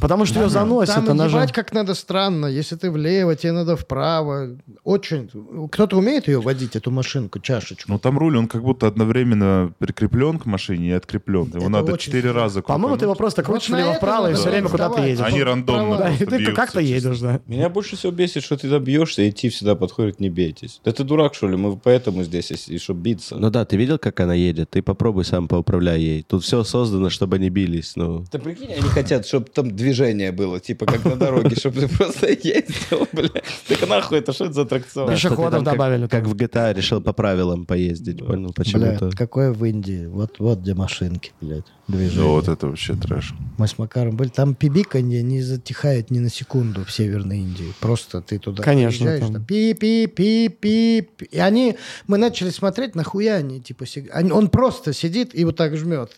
Speaker 3: Потому что ее заносит,
Speaker 6: Там
Speaker 3: она же...
Speaker 6: ебать как надо странно. Если ты влево, тебе надо вправо. Очень. Кто-то умеет ее водить, эту машинку, чашечку?
Speaker 1: Ну там руль, он как будто одновременно прикреплен к машине и откреплен. Его
Speaker 6: Это
Speaker 1: надо
Speaker 6: очень
Speaker 1: четыре
Speaker 6: сложно.
Speaker 1: раза
Speaker 3: По-моему, ты его
Speaker 1: крутануть.
Speaker 3: просто крутишь
Speaker 6: на это
Speaker 3: влево-вправо и
Speaker 6: надо
Speaker 3: все время куда ты
Speaker 6: давай.
Speaker 3: едешь.
Speaker 1: Они
Speaker 6: Давай.
Speaker 1: рандомно
Speaker 6: Да,
Speaker 1: просто
Speaker 3: Да, и ты
Speaker 1: бьются
Speaker 3: как-то
Speaker 1: чисто.
Speaker 3: едешь, да.
Speaker 2: Меня больше всего бесит, что ты добьешься, и идти всегда подходит, не бейтесь. Да ты дурак, что ли? Мы поэтому здесь, и и чтобы биться.
Speaker 5: Ну да, ты видел, как она едет? Ты попробуй сам поуправляй ей. Тут все создано, чтобы они бились. Ну,
Speaker 2: Да прикинь, они хотят, чтобы там движение было, типа как на дороге, чтобы ты просто ездил, бля. Так нахуй, это что это за аттракцион?
Speaker 5: Да,
Speaker 3: Пешеходов
Speaker 5: что ты там как-
Speaker 3: добавили
Speaker 5: Как,
Speaker 3: там.
Speaker 5: в GTA решил по правилам поездить, понял?
Speaker 6: Бля,
Speaker 5: Почему-то.
Speaker 6: какое в Индии. Вот, вот где машинки, блядь,
Speaker 1: Да,
Speaker 6: движение.
Speaker 1: вот это вообще трэш.
Speaker 6: Мы с Макаром были. Там пибиканье не затихает ни на секунду в Северной Индии. Просто ты туда
Speaker 3: Конечно,
Speaker 6: приезжаешь,
Speaker 3: там.
Speaker 6: там пи-пи-пи-пи. И они... Мы начали смотреть, нахуя они, типа... сиг- они- он просто сидит и вот так жмет.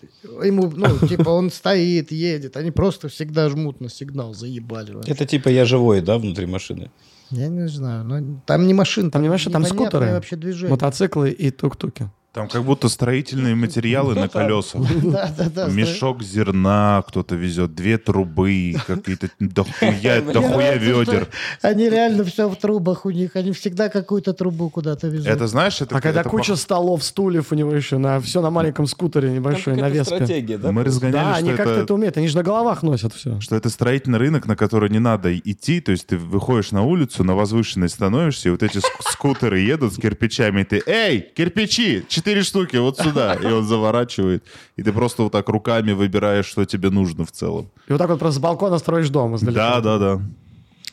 Speaker 6: Ему, ну, типа, он стоит, едет. Они просто всегда жмут на сигнал. Заебали. вообще.
Speaker 2: Это типа я живой, да, внутри машины?
Speaker 6: Я не знаю. но там не машина.
Speaker 3: Там не машина, там
Speaker 6: непонятное
Speaker 3: скутеры,
Speaker 6: вообще движение.
Speaker 3: Мотоциклы и тук-туки.
Speaker 1: Там как будто строительные материалы на колесах.
Speaker 6: Да-да-да.
Speaker 1: Мешок зерна кто-то везет, две трубы, какие-то дохуя, дохуя ведер.
Speaker 6: Они реально все в трубах у них. Они всегда какую-то трубу куда-то везут.
Speaker 1: Это знаешь, это...
Speaker 3: А когда
Speaker 1: это
Speaker 3: куча
Speaker 1: пох-
Speaker 3: столов, стульев у него еще, на все на маленьком скутере небольшой, на веспе.
Speaker 2: стратегия, да?
Speaker 1: Мы
Speaker 3: Да,
Speaker 1: разгоняли,
Speaker 3: они
Speaker 1: что
Speaker 3: как-то
Speaker 1: это
Speaker 3: это умеют. Они же на головах носят все.
Speaker 1: что это строительный рынок, на который не надо идти, то есть ты выходишь на улицу, на возвышенность становишься, и вот эти ск- скутеры едут с кирпичами, и ты «Эй, кирпичи! Четыре штуки, вот сюда!» И он заворачивает, и ты просто вот так руками выбираешь, что тебе нужно в целом.
Speaker 3: И вот так вот просто с балкона строишь дом издалека.
Speaker 1: Да-да-да.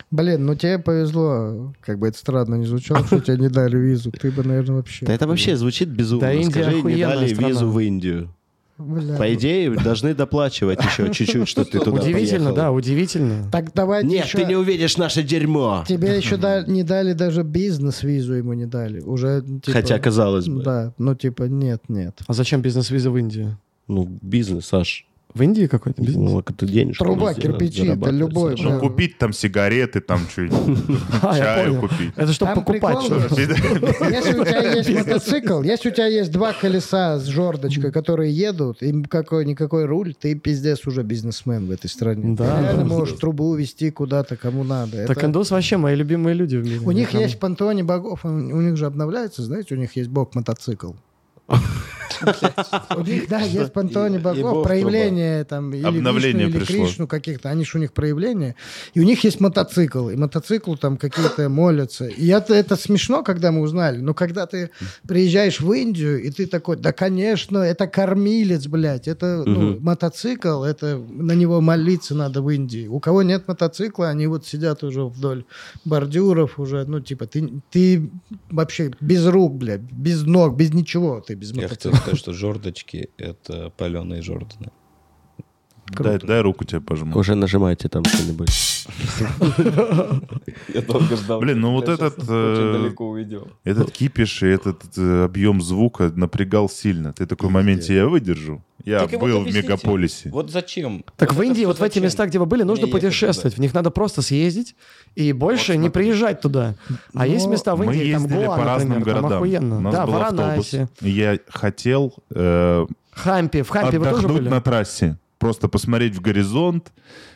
Speaker 6: Блин, ну тебе повезло. Как бы это странно не звучало, что тебе не дали визу. Ты бы, наверное, вообще...
Speaker 5: Да это вообще звучит безумно.
Speaker 3: Да Индия
Speaker 5: Скажи, не
Speaker 3: охуенная
Speaker 5: дали
Speaker 3: страна.
Speaker 5: визу в Индию.
Speaker 6: Бля.
Speaker 5: По идее, должны доплачивать еще чуть-чуть, что ты туда
Speaker 3: Удивительно,
Speaker 5: поехал.
Speaker 3: да, удивительно.
Speaker 6: Так давайте
Speaker 5: Нет,
Speaker 6: еще...
Speaker 5: ты не увидишь наше дерьмо.
Speaker 6: Тебе еще да- не дали даже бизнес-визу ему не дали. Уже, ну, типа,
Speaker 5: Хотя, казалось бы.
Speaker 6: Да, ну типа нет, нет.
Speaker 3: А зачем бизнес-виза в Индию?
Speaker 5: Ну, бизнес, Саш.
Speaker 3: В Индии какой-то бизнес?
Speaker 5: Ну, как ты денежку
Speaker 6: Труба,
Speaker 5: везде
Speaker 6: кирпичи, это
Speaker 5: зарабатываешь,
Speaker 6: любой,
Speaker 5: Саш.
Speaker 6: бля.
Speaker 1: Ну, купить там сигареты, там что-нибудь,
Speaker 3: А, я
Speaker 1: чаю
Speaker 3: понял.
Speaker 1: купить.
Speaker 3: Это чтобы
Speaker 6: Там
Speaker 3: покупать
Speaker 6: прикол
Speaker 3: что-то.
Speaker 6: есть. Если у тебя есть мотоцикл, если у тебя есть два колеса с жердочкой, которые едут, им какой-никакой руль, ты пиздец уже бизнесмен в этой стране.
Speaker 3: Да,
Speaker 6: ты реально
Speaker 3: да.
Speaker 6: можешь трубу увезти куда-то, кому надо.
Speaker 3: Так
Speaker 6: Это-
Speaker 3: индус вообще мои любимые люди в мире.
Speaker 6: У них
Speaker 3: Прям.
Speaker 6: есть в пантеоне богов, он- у них же обновляется, знаете, у них есть бог-мотоцикл. У них, да, есть в пантеоне богов проявление там или
Speaker 1: Обновление
Speaker 6: Вишну, или
Speaker 1: пришло.
Speaker 6: Кришну каких-то, они же у них проявления, и у них есть мотоцикл, и мотоцикл там какие-то молятся. И это, это смешно, когда мы узнали, но когда ты приезжаешь в Индию, и ты такой, да, конечно, это кормилец, блядь, это ну, мотоцикл, это на него молиться надо в Индии. У кого нет мотоцикла, они вот сидят уже вдоль бордюров уже, ну, типа, ты, ты вообще без рук, блядь, без ног, без ничего, ты
Speaker 3: Ну,
Speaker 6: без
Speaker 2: Я
Speaker 6: мотоцикла.
Speaker 3: типа.
Speaker 2: хотел сказать, что жордочки — это паленые жорданы.
Speaker 1: Дай, дай руку тебе пожму.
Speaker 5: Уже нажимайте там что-нибудь.
Speaker 2: Я долго ждал.
Speaker 1: Блин, ну вот этот, э,
Speaker 2: увидел.
Speaker 1: Этот кипиш и этот э, объем звука напрягал сильно. Ты такой в моменте, я выдержу. Я
Speaker 2: Так и вот
Speaker 1: был в
Speaker 2: объясните,
Speaker 1: мегаполисе.
Speaker 2: Вот зачем?
Speaker 3: Так в
Speaker 2: это
Speaker 3: Индии,
Speaker 2: всё
Speaker 3: вот в эти
Speaker 2: зачем?
Speaker 3: места, где вы были, нужно
Speaker 2: Мне ехать
Speaker 3: путешествовать. В них надо просто съездить и больше не приезжать туда. А есть места в
Speaker 1: Мы
Speaker 3: Индии, там
Speaker 1: ездили
Speaker 3: Гоа,
Speaker 1: по разным
Speaker 3: например, там
Speaker 1: городам. У
Speaker 3: охуенно.
Speaker 1: нас
Speaker 3: Да,
Speaker 1: был автобус.
Speaker 3: Варанаси,
Speaker 1: Я хотел э,
Speaker 3: Хампи. В Хампи вы тоже
Speaker 1: отдохнуть
Speaker 3: были?
Speaker 1: на трассе. Просто посмотреть в горизонт,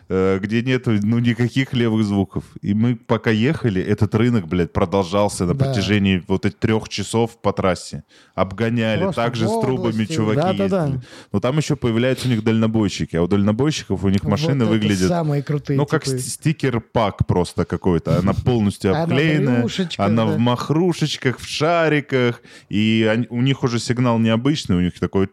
Speaker 1: э, где нет ну, никаких левых звуков. И мы пока ехали, этот рынок, блядь, продолжался на
Speaker 6: Да.
Speaker 1: протяжении вот этих трех часов по трассе. Обгоняли.
Speaker 6: Просто
Speaker 1: Также
Speaker 6: в
Speaker 1: с трубами
Speaker 6: области.
Speaker 1: чуваки
Speaker 3: Да-да-да.
Speaker 1: ездили. Но там еще появляются у них дальнобойщики. А у дальнобойщиков у них машины
Speaker 6: Вот это
Speaker 1: выглядят
Speaker 6: Самые крутые.
Speaker 1: Ну, как
Speaker 6: типы.
Speaker 1: ст- стикер-пак просто какой-то. Она полностью
Speaker 6: типа, Она в
Speaker 1: обклеена.
Speaker 6: рюшечках,
Speaker 1: Она
Speaker 6: да.
Speaker 1: в махрушечках, в шариках. И они- у них уже сигнал необычный. У них такой...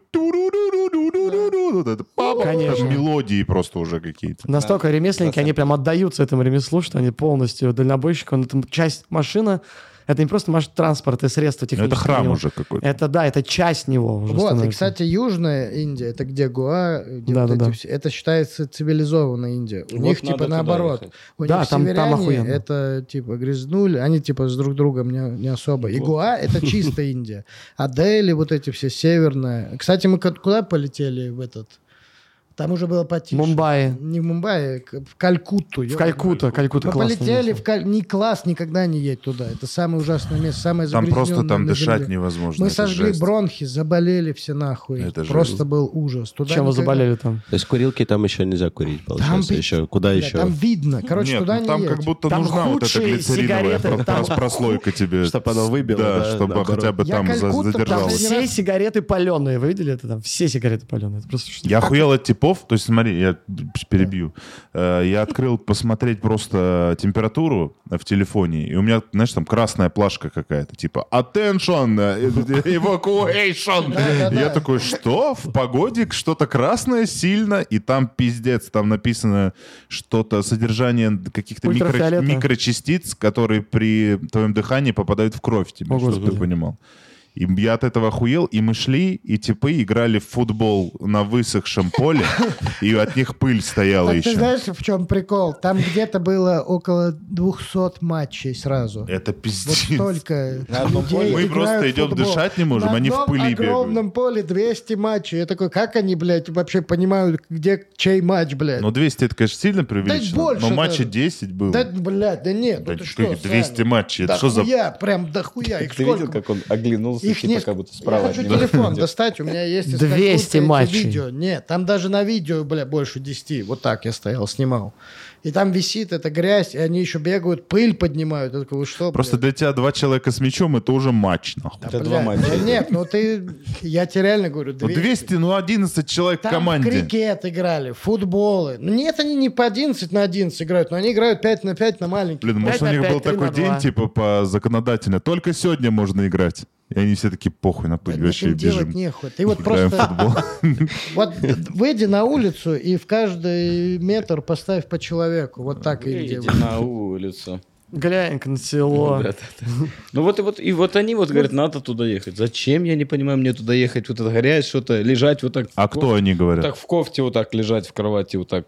Speaker 1: ту-ру-ру-ру-ру-ру-ру-ру. Вот это пам, там
Speaker 3: Конечно.
Speaker 1: мелодии просто уже какие-то. Ну,
Speaker 3: Настолько ремесленники, они прям отдаются этому ремеслу, что они полностью дальнобойщик, он это часть машина, это не просто маш... транспорт и средство
Speaker 1: Ну, Это
Speaker 3: техническое.
Speaker 1: храм
Speaker 3: него.
Speaker 1: уже какой-то.
Speaker 3: Это да, это часть него уже
Speaker 6: Вот, и,
Speaker 3: становится.
Speaker 6: кстати, Южная Индия, это где Гоа, где
Speaker 3: Да,
Speaker 6: вот
Speaker 3: да,
Speaker 6: эти
Speaker 3: да.
Speaker 6: все- это считается цивилизованная Индия. У
Speaker 2: Вот
Speaker 6: них,
Speaker 2: надо
Speaker 6: типа,
Speaker 2: туда
Speaker 6: наоборот.
Speaker 2: ехать.
Speaker 6: У
Speaker 3: Да,
Speaker 6: них
Speaker 3: там- там
Speaker 6: северяне
Speaker 3: охуенно.
Speaker 6: это, типа, грязнули, они, типа, с друг другом не, не особо. И Гоа — это чистая Индия. А Дели, вот эти все, северная. Кстати, мы ко- куда полетели в этот? Там уже было потише.
Speaker 3: Мумбаи.
Speaker 6: Не в Мумбаи, к- в Калькутту.
Speaker 3: В
Speaker 6: Ну, ёбаный.
Speaker 3: Калькута, Калькута
Speaker 6: Мы
Speaker 3: классное
Speaker 6: полетели
Speaker 3: место.
Speaker 6: в Каль... Не класс, никогда не едь туда. Это самое ужасное место, самое
Speaker 1: Там просто
Speaker 6: загрязнённое
Speaker 1: там
Speaker 6: на
Speaker 1: дышать
Speaker 6: земле.
Speaker 1: невозможно.
Speaker 6: Мы
Speaker 1: это
Speaker 6: сожгли
Speaker 1: жесть.
Speaker 6: бронхи, заболели все нахуй.
Speaker 1: Это жесть.
Speaker 6: Просто был ужас. Туда
Speaker 3: Чем вы
Speaker 6: никогда-
Speaker 3: заболели там?
Speaker 5: То есть курилки там еще нельзя курить, получается.
Speaker 6: блядь,
Speaker 5: еще. Куда
Speaker 6: Бля,
Speaker 5: еще?
Speaker 6: Там видно. Короче,
Speaker 1: Нет,
Speaker 6: туда
Speaker 1: ну
Speaker 6: не
Speaker 1: там
Speaker 6: едь.
Speaker 1: как будто
Speaker 3: Там
Speaker 1: нужна вот эта
Speaker 3: худшие
Speaker 1: глицериновая
Speaker 3: сигареты,
Speaker 1: про-
Speaker 3: там-
Speaker 1: прос- прослойка тебе.
Speaker 5: Чтоб оно выбило, да,
Speaker 1: Да, чтобы
Speaker 5: наоборот.
Speaker 1: хотя бы
Speaker 6: Я
Speaker 1: там за-
Speaker 6: Калькутту там
Speaker 3: Там
Speaker 1: задержалось.
Speaker 3: все сигареты паленые, вы видели это там? Все сигареты паленые. Это просто что-
Speaker 1: Я охуел от типов, то есть смотри, я перебью. Э, Я открыл посмотреть просто температуру в телефоне, и у меня, знаешь, там красная плашка какая-то, типа attention, э, evacuation.
Speaker 6: Да-да-да.
Speaker 1: Я такой, что? В погоде что-то красное сильно, и там пиздец, там написано что-то, содержание каких-то микро-
Speaker 3: Ультрафиолета.
Speaker 1: микрочастиц, которые при твоем дыхании попадают в кровь тебе,
Speaker 3: О,
Speaker 1: чтобы ты
Speaker 3: Господи.
Speaker 1: понимал. И я от этого охуел, и мы шли, и типы играли в футбол на высохшем поле, и от них пыль стояла
Speaker 6: Так А ты
Speaker 1: еще.
Speaker 6: знаешь, в чем прикол? Там где-то было около 200 матчей сразу.
Speaker 1: Это
Speaker 6: Вот
Speaker 1: пиздец.
Speaker 6: столько
Speaker 2: На одном
Speaker 6: людей
Speaker 2: поле?
Speaker 1: Мы
Speaker 6: играют
Speaker 1: просто
Speaker 6: в
Speaker 1: идем
Speaker 6: футбол.
Speaker 1: дышать не можем,
Speaker 6: На
Speaker 1: они в
Speaker 6: одном
Speaker 1: пыли бегают.
Speaker 6: огромном поле 200 матчей. Я такой, как они, блядь, вообще понимают, где чей матч, блядь?
Speaker 1: Но 200 Ну, это, конечно, сильно преувеличено,
Speaker 6: больше
Speaker 1: но матча
Speaker 6: даже.
Speaker 1: 10 было.
Speaker 6: Да, блядь, да нет,
Speaker 1: Да
Speaker 6: ну ты
Speaker 1: чё,
Speaker 6: что,
Speaker 1: 200
Speaker 6: Саня?
Speaker 1: матчей, это
Speaker 6: Да
Speaker 1: что за-
Speaker 6: хуя, прям дохуя. А, Их
Speaker 2: Ты видел,
Speaker 6: сколько?
Speaker 2: как он оглянулся?
Speaker 6: Их
Speaker 2: Их типа
Speaker 6: нет.
Speaker 2: как будто справа.
Speaker 6: Я
Speaker 2: от
Speaker 6: хочу
Speaker 2: него
Speaker 6: телефон
Speaker 2: идет.
Speaker 6: достать, у меня есть... из
Speaker 3: 200
Speaker 6: Якутска эти
Speaker 3: матчей.
Speaker 6: Видео. Нет, там даже на видео, бля, больше 10. Вот так я стоял, снимал. И там висит эта грязь, и они еще бегают, пыль поднимают. Я такой, вы что,
Speaker 1: Просто
Speaker 6: блядь?
Speaker 1: для тебя два человека с мячом, это уже матч, нахуй.
Speaker 2: Это
Speaker 6: Бля,
Speaker 2: два матча.
Speaker 6: ну Нет, ну ты... Я тебе реально говорю,
Speaker 1: Ну, 200, ну 11 человек в
Speaker 6: Там
Speaker 1: команде.
Speaker 6: крикет играли, футболы. Ну, Нет, они не по 11 на 11 играют, но они играют 5 на 5 на маленьких.
Speaker 1: Блин, может,
Speaker 3: Пять
Speaker 1: у
Speaker 3: на
Speaker 1: них
Speaker 3: пять,
Speaker 1: был
Speaker 3: три на
Speaker 1: такой день,
Speaker 3: два.
Speaker 1: типа, по законодательно. Только сегодня можно играть. И они все такие, похуй, на пыль,
Speaker 6: Ничего
Speaker 1: вообще
Speaker 6: делать
Speaker 1: бежим.
Speaker 6: нехуй. Ты вот
Speaker 1: Играем в
Speaker 6: просто...
Speaker 1: футбол.
Speaker 6: Вот выйди на улицу и в каждый метр поставь по человеку. Вот так и
Speaker 2: Иди
Speaker 6: делай.
Speaker 2: на улицу.
Speaker 3: Глянь-ка на
Speaker 2: Ну
Speaker 3: село.
Speaker 2: да, да, да. Ну вот и вот, и вот они вот говорят, надо туда ехать. Зачем, я не понимаю, мне туда ехать? Вот это горять что-то, лежать вот так.
Speaker 1: А
Speaker 2: в ко-
Speaker 1: кто они говорят?
Speaker 2: Так в кофте вот так лежать, в кровати вот так.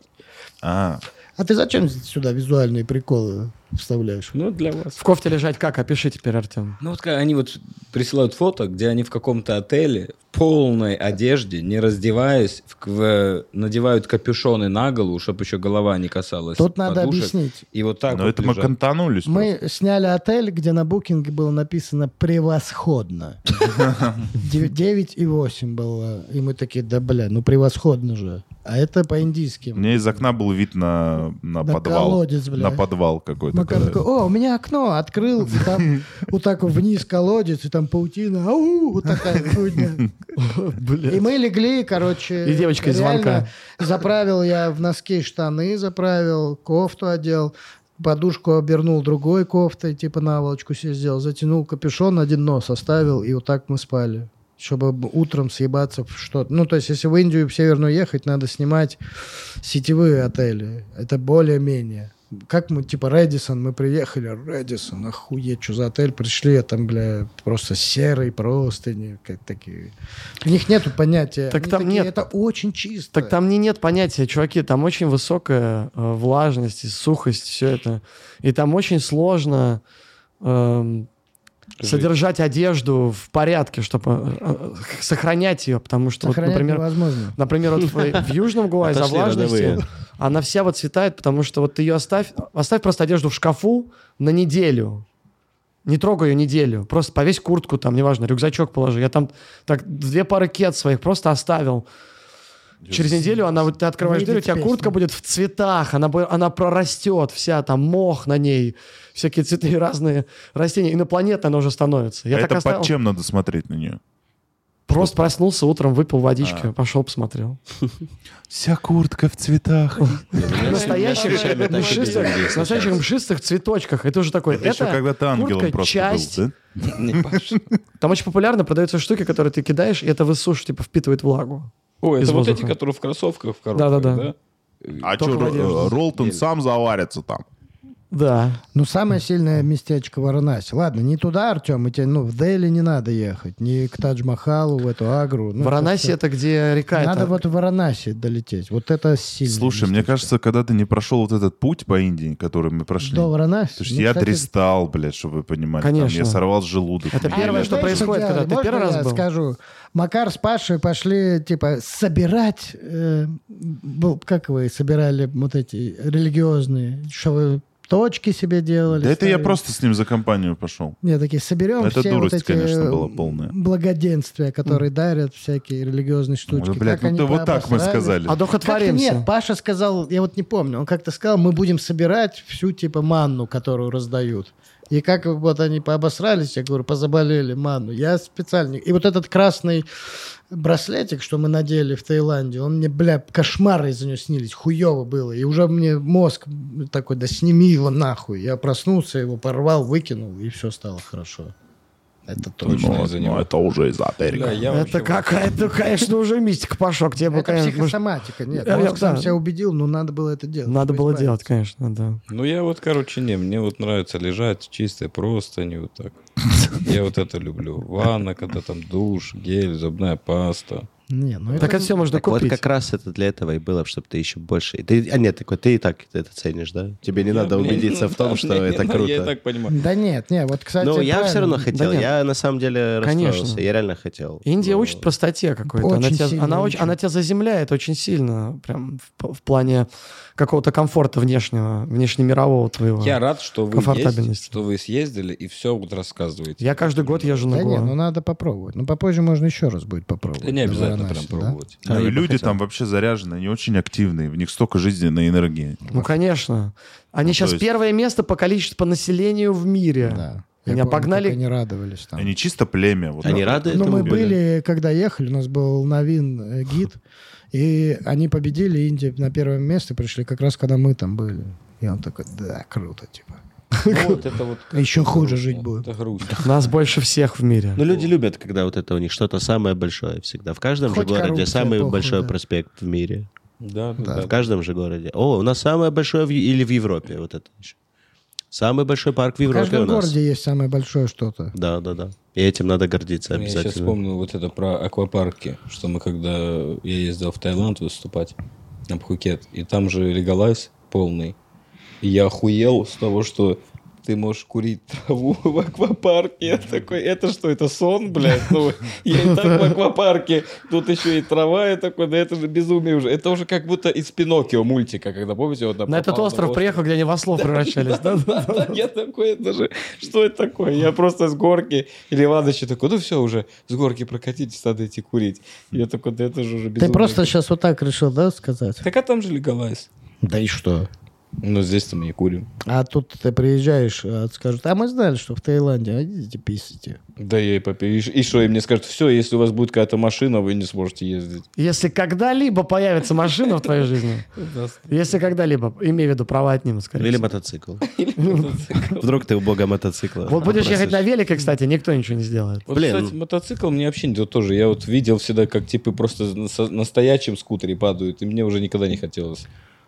Speaker 1: А,
Speaker 6: А ты зачем сюда визуальные приколы вставляешь?
Speaker 2: Ну, для вас.
Speaker 3: В кофте лежать как? Опиши теперь, Артем.
Speaker 2: Ну вот ка- они вот присылают фото, где они в каком-то отеле в полной одежде, не раздеваясь, в- в- надевают капюшоны на голову, чтобы еще голова не касалась
Speaker 6: Тут надо
Speaker 2: подушек.
Speaker 6: объяснить.
Speaker 2: И вот так
Speaker 1: ну
Speaker 2: вот
Speaker 1: это мы
Speaker 2: лежат.
Speaker 1: кантанулись.
Speaker 6: Мы сняли отель, где на букинге было написано «превосходно». 9,8 было. И мы такие, да бля, ну превосходно же. А это по-индийски.
Speaker 1: У меня из окна был вид на, на
Speaker 6: Да
Speaker 1: подвал.
Speaker 6: колодец, бля.
Speaker 1: На подвал какой-то.
Speaker 6: Макар
Speaker 1: когда-
Speaker 6: такой, о, у меня окно открыл, и там вот так вот вниз колодец, и там паутина, ау, вот такая хуйня. И мы легли, короче.
Speaker 3: И девочка из
Speaker 6: реально
Speaker 3: звонка.
Speaker 6: Заправил я в носки штаны, заправил, кофту одел, подушку обернул другой кофтой, типа наволочку себе сделал, затянул капюшон, один нос оставил, и вот так мы спали. Чтобы б- утром съебаться в что-то. Ну, то есть, если в Индию в Северную ехать, надо снимать сетевые отели. Это более-менее. Как мы, типа, Редисон, мы приехали, Редисон, охуеть, что за отель, пришли, а там, бля, просто серые простыни, как такие. У них нету понятия.
Speaker 3: Так
Speaker 6: Они
Speaker 3: там
Speaker 6: такие,
Speaker 3: нет.
Speaker 6: Это очень чисто.
Speaker 3: Так там не нет понятия, чуваки, там очень высокая э, влажность и сухость, все это. И там очень сложно эм,
Speaker 2: Жить.
Speaker 3: содержать одежду в порядке, чтобы сохранять ее, потому что, вот,
Speaker 6: Сохранять
Speaker 3: например,
Speaker 6: невозможно.
Speaker 3: Например, вот в, э, в Южном Гуа из-за
Speaker 5: Отошли родовые.
Speaker 3: влажности она вся вот цветает, потому что вот ты ее оставь, оставь просто одежду в шкафу на неделю. Не трогай ее неделю. Просто повесь куртку там, неважно, рюкзачок положи. Я там так две пары кет своих просто оставил. Через неделю она, вот ты открываешь
Speaker 6: Выйдет
Speaker 3: дверь, у тебя
Speaker 6: песня.
Speaker 3: куртка будет в цветах, она, бу- она прорастет вся, там мох на ней, всякие цветные разные растения. Инопланетная она уже становится. Я
Speaker 1: а
Speaker 3: так
Speaker 1: это
Speaker 3: оставил.
Speaker 1: под чем надо смотреть на нее?
Speaker 3: Просто проснулся утром, выпил водички,
Speaker 1: А.
Speaker 3: пошел посмотрел.
Speaker 1: Вся куртка в цветах.
Speaker 3: настоящих
Speaker 2: Встречали таких
Speaker 3: мшистых,
Speaker 2: людей
Speaker 3: в настоящих мшистых цветочках. Это уже такой.
Speaker 1: Это еще когда ты ангелом
Speaker 3: куртка,
Speaker 1: просто
Speaker 3: часть.
Speaker 1: был, да?
Speaker 2: Не, Паш.
Speaker 3: Там очень популярно продаются штуки, которые ты кидаешь, и это высушивает, типа впитывает влагу.
Speaker 2: О,
Speaker 3: Из
Speaker 2: это вот эти,
Speaker 3: воздуха.
Speaker 2: которые в кроссовках, в коробках,
Speaker 3: Да-да-да.
Speaker 2: да?
Speaker 1: А
Speaker 3: Только в одежде.
Speaker 1: что, Ролтон сам заварится там?
Speaker 3: Да.
Speaker 6: Ну, самое сильное местечко Варанаси. Ладно, не туда, Артем, и тебе, ну, в Дели не надо ехать, ни к Тадж-Махалу, в эту Агру. Ну,
Speaker 3: Варанаси
Speaker 6: это
Speaker 3: это где река.
Speaker 6: всё. Надо
Speaker 3: это-
Speaker 6: вот в Варанаси долететь. Вот это сильно.
Speaker 1: Слушай, мне кажется, когда ты не прошел вот этот путь по Индии, который мы прошли,
Speaker 6: До Варанаси.
Speaker 1: Слушай,
Speaker 6: Ну,
Speaker 1: я
Speaker 6: кстати,
Speaker 1: дристал, блядь, чтобы вы понимали. Там
Speaker 3: Конечно.
Speaker 1: я сорвал желудок.
Speaker 3: Это
Speaker 1: у меня.
Speaker 3: первое, что
Speaker 6: знаешь,
Speaker 3: происходит, когда
Speaker 6: делали?
Speaker 3: ты
Speaker 6: Можно
Speaker 3: первый
Speaker 6: я
Speaker 3: раз был?
Speaker 6: скажу. Макар с Пашей пошли, типа, собирать, э, был, как вы собирали вот эти религиозные, что вы точки себе делали.
Speaker 1: Да это я
Speaker 6: ставили?
Speaker 1: просто с ним за компанию пошел.
Speaker 6: Не, такие соберем
Speaker 1: Это
Speaker 6: все
Speaker 1: дурость,
Speaker 6: вот эти
Speaker 1: конечно, была
Speaker 6: м,
Speaker 1: полная.
Speaker 6: благоденствия, которые дарят всякие религиозные штучки.
Speaker 1: Ну, блядь,
Speaker 6: Как
Speaker 1: ну
Speaker 6: они
Speaker 1: да вот так мы
Speaker 6: пообосрались.
Speaker 1: сказали.
Speaker 3: А
Speaker 6: Как-то
Speaker 3: Одухотворимся.
Speaker 6: нет, Паша сказал, я вот не помню, он как-то сказал, мы будем собирать всю типа манну, которую раздают. И как вот они пообосрались, я говорю, позаболели манну. Я специально... И вот этот красный браслетик, что мы надели в Таиланде, он мне, бля, кошмары из-за него снились, хуево было. И уже мне мозг такой, да сними его нахуй. Я проснулся, его порвал, выкинул, и все стало хорошо. Это точно.
Speaker 2: Точно
Speaker 1: Ну,
Speaker 2: из-за
Speaker 1: ну,
Speaker 2: него.
Speaker 1: это уже из Америки.
Speaker 2: Бля, я вообще
Speaker 3: Это
Speaker 2: вот-
Speaker 3: какая-то, конечно, уже мистика, Пашок. Тебе бы,
Speaker 6: Это
Speaker 3: Ну, конечно, может,
Speaker 6: психосоматика, нет.
Speaker 3: Я- я-
Speaker 6: Мозг сам
Speaker 3: да.
Speaker 6: себя убедил, но надо было это делать.
Speaker 3: надо
Speaker 6: чтобы
Speaker 3: было
Speaker 6: избавиться.
Speaker 3: делать, конечно, да.
Speaker 2: Ну я вот, короче, не, мне вот нравится лежать чистая простыни вот так. Я вот это люблю. Ванна, когда там душ, гель, зубная паста.
Speaker 6: Не, ну
Speaker 3: Так
Speaker 6: это-
Speaker 3: это все можно
Speaker 5: Так вот
Speaker 3: купить.
Speaker 5: как раз это для этого и было, чтобы ты еще больше... и ты- А нет, такой, ты и так это ценишь, да? Тебе не надо
Speaker 2: ну,
Speaker 5: убедиться в том, что это
Speaker 2: Я и
Speaker 5: круто.
Speaker 2: так понимаю.
Speaker 6: Да нет, нет, вот, кстати,
Speaker 5: Ну, я все равно
Speaker 6: правильно.
Speaker 5: хотел.
Speaker 3: Да нет.
Speaker 5: Я на самом деле
Speaker 3: Конечно.
Speaker 5: расстроился. Я реально хотел.
Speaker 3: Индия
Speaker 5: Ну,
Speaker 3: учит простоте какой-то. она,
Speaker 6: Очень
Speaker 3: тебя,
Speaker 6: сильно
Speaker 3: она, оч-
Speaker 6: учит.
Speaker 3: она тебя заземляет очень сильно, прям в, п- в плане какого-то комфорта внешнего, внешнемирового твоего.
Speaker 2: Я рад, что вы есть,
Speaker 3: Комфортабельность.
Speaker 2: что вы съездили и все вот рассказываете.
Speaker 3: Я каждый год езжу на
Speaker 6: Да
Speaker 3: Гоа.
Speaker 6: нет, ну надо попробовать. Ну попозже можно еще раз будет попробовать.
Speaker 2: Да не обязательно
Speaker 6: Давай,
Speaker 2: прям
Speaker 6: Настя,
Speaker 2: пробовать.
Speaker 1: Ну,
Speaker 5: я
Speaker 1: и
Speaker 5: бы
Speaker 1: люди
Speaker 5: хотел.
Speaker 1: там вообще заряжены, они очень активные, в них столько жизненной энергии.
Speaker 3: Ну, конечно. Они
Speaker 1: Ну, то
Speaker 3: сейчас
Speaker 1: есть-
Speaker 3: первое место по количеству по населению в мире.
Speaker 6: Да. да.
Speaker 3: Они
Speaker 6: Я помню,
Speaker 3: обогнали-
Speaker 6: как Они радовались там.
Speaker 1: Они чисто племя. Вот
Speaker 5: Они
Speaker 1: это.
Speaker 5: рады
Speaker 6: Ну,
Speaker 5: этому?
Speaker 6: мы
Speaker 1: были.
Speaker 6: были, когда ехали, у нас был Новин э, гид, и они победили Индию на первом месте, пришли как раз, когда мы там были. И он такой, да, круто, типа.
Speaker 2: Ну, Вот это вот...
Speaker 6: Еще А хуже жить
Speaker 2: грустно.
Speaker 6: будет.
Speaker 2: Это грустно.
Speaker 3: Нас больше всех в мире.
Speaker 5: Ну, люди любят, когда вот это у них что-то самое большое всегда. В каждом же
Speaker 6: Хоть
Speaker 5: городе
Speaker 6: коррупция,
Speaker 5: самый
Speaker 6: похуй,
Speaker 5: большой
Speaker 6: да.
Speaker 5: проспект в мире.
Speaker 2: Да,
Speaker 6: Да.
Speaker 2: да,
Speaker 5: В каждом же городе. О, у нас самое большое в Е- или в Европе вот это еще. Самый большой парк в
Speaker 6: В
Speaker 5: Европе у
Speaker 6: каждом
Speaker 5: нас.
Speaker 6: городе есть самое большое что-то.
Speaker 5: Да, да, да. И этим надо гордиться
Speaker 2: Ну, Я сейчас
Speaker 5: обязательно.
Speaker 2: вспомнил вот это про аквапарки, что мы когда я ездил в Таиланд выступать на Пхукет, и там же Леголайз полный. И я охуел с того, что ты можешь курить траву в аквапарке. Я такой, это что, это сон, блядь? Ну, я и так в аквапарке. Тут еще и трава, я такой, да это же безумие уже. Это уже как будто из Пиноккио мультика, когда, помните, вот
Speaker 3: на этот остров приехал, где они в ослов превращались. да?
Speaker 2: я такой, это же, что это такое? Я просто с горки, или Иванович такой, ну все уже, с горки прокатитесь, надо идти курить. Я такой, да это же уже безумие.
Speaker 6: Ты просто сейчас вот так решил, да, сказать?
Speaker 2: Так а там же Леголайз.
Speaker 6: Да и что?
Speaker 2: Ну здесь-то мы не курим.
Speaker 6: А тут ты приезжаешь, а скажут, а мы знали, что в Таиланде, а идите писите.
Speaker 2: Да я и попью. И, ш- и что, и мне скажут, все, если у вас будет какая-то машина, вы не сможете ездить.
Speaker 3: Если когда-либо появится машина в твоей жизни, если когда-либо, имею в виду, права отнимут, скорее
Speaker 5: Или
Speaker 3: всего.
Speaker 5: мотоцикл. Вдруг ты у бога мотоцикла.
Speaker 3: Вот будешь
Speaker 5: попросишь.
Speaker 3: ехать на велике, кстати, никто ничего не сделает.
Speaker 2: Вот,
Speaker 5: Блин.
Speaker 2: кстати, мотоцикл мне вообще не идет тоже. Я вот видел всегда, как типы просто на, со- на стоячем скутере падают, и мне уже никогда не хотелось.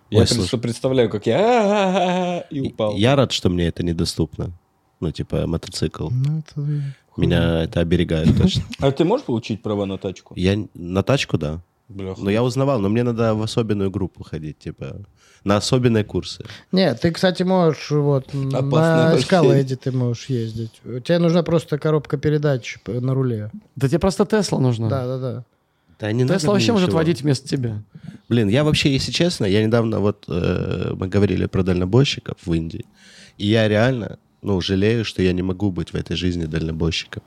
Speaker 2: Я
Speaker 5: Ой,
Speaker 2: просто
Speaker 5: слушай.
Speaker 2: представляю, как я а, «А-а-а-а-а» и упал.
Speaker 5: Я рад, что мне это недоступно. Ну, типа, мотоцикл.
Speaker 6: Ну, это...
Speaker 5: Меня это оберегает точно.
Speaker 2: А ты можешь получить права на тачку?
Speaker 5: Я н- на тачку, да.
Speaker 2: Бляха.
Speaker 5: Но я узнавал, но мне надо в особенную группу ходить, типа, на особенные курсы.
Speaker 6: Нет, ты, кстати, можешь вот
Speaker 2: Опасное
Speaker 6: на
Speaker 2: вождение.
Speaker 6: эскалейде ты можешь ездить. Тебе нужна просто коробка передач п- на руле.
Speaker 3: Да тебе просто Тесла нужна.
Speaker 6: Да, да, да.
Speaker 5: Да не надо
Speaker 3: Тесла
Speaker 5: мне
Speaker 3: вообще может
Speaker 5: ничего.
Speaker 3: водить вместо тебя.
Speaker 5: Блин, я вообще, если честно, я недавно вот э, мы говорили про дальнобойщиков в Индии, и я реально, ну, жалею, что я не могу быть в этой жизни дальнобойщиком.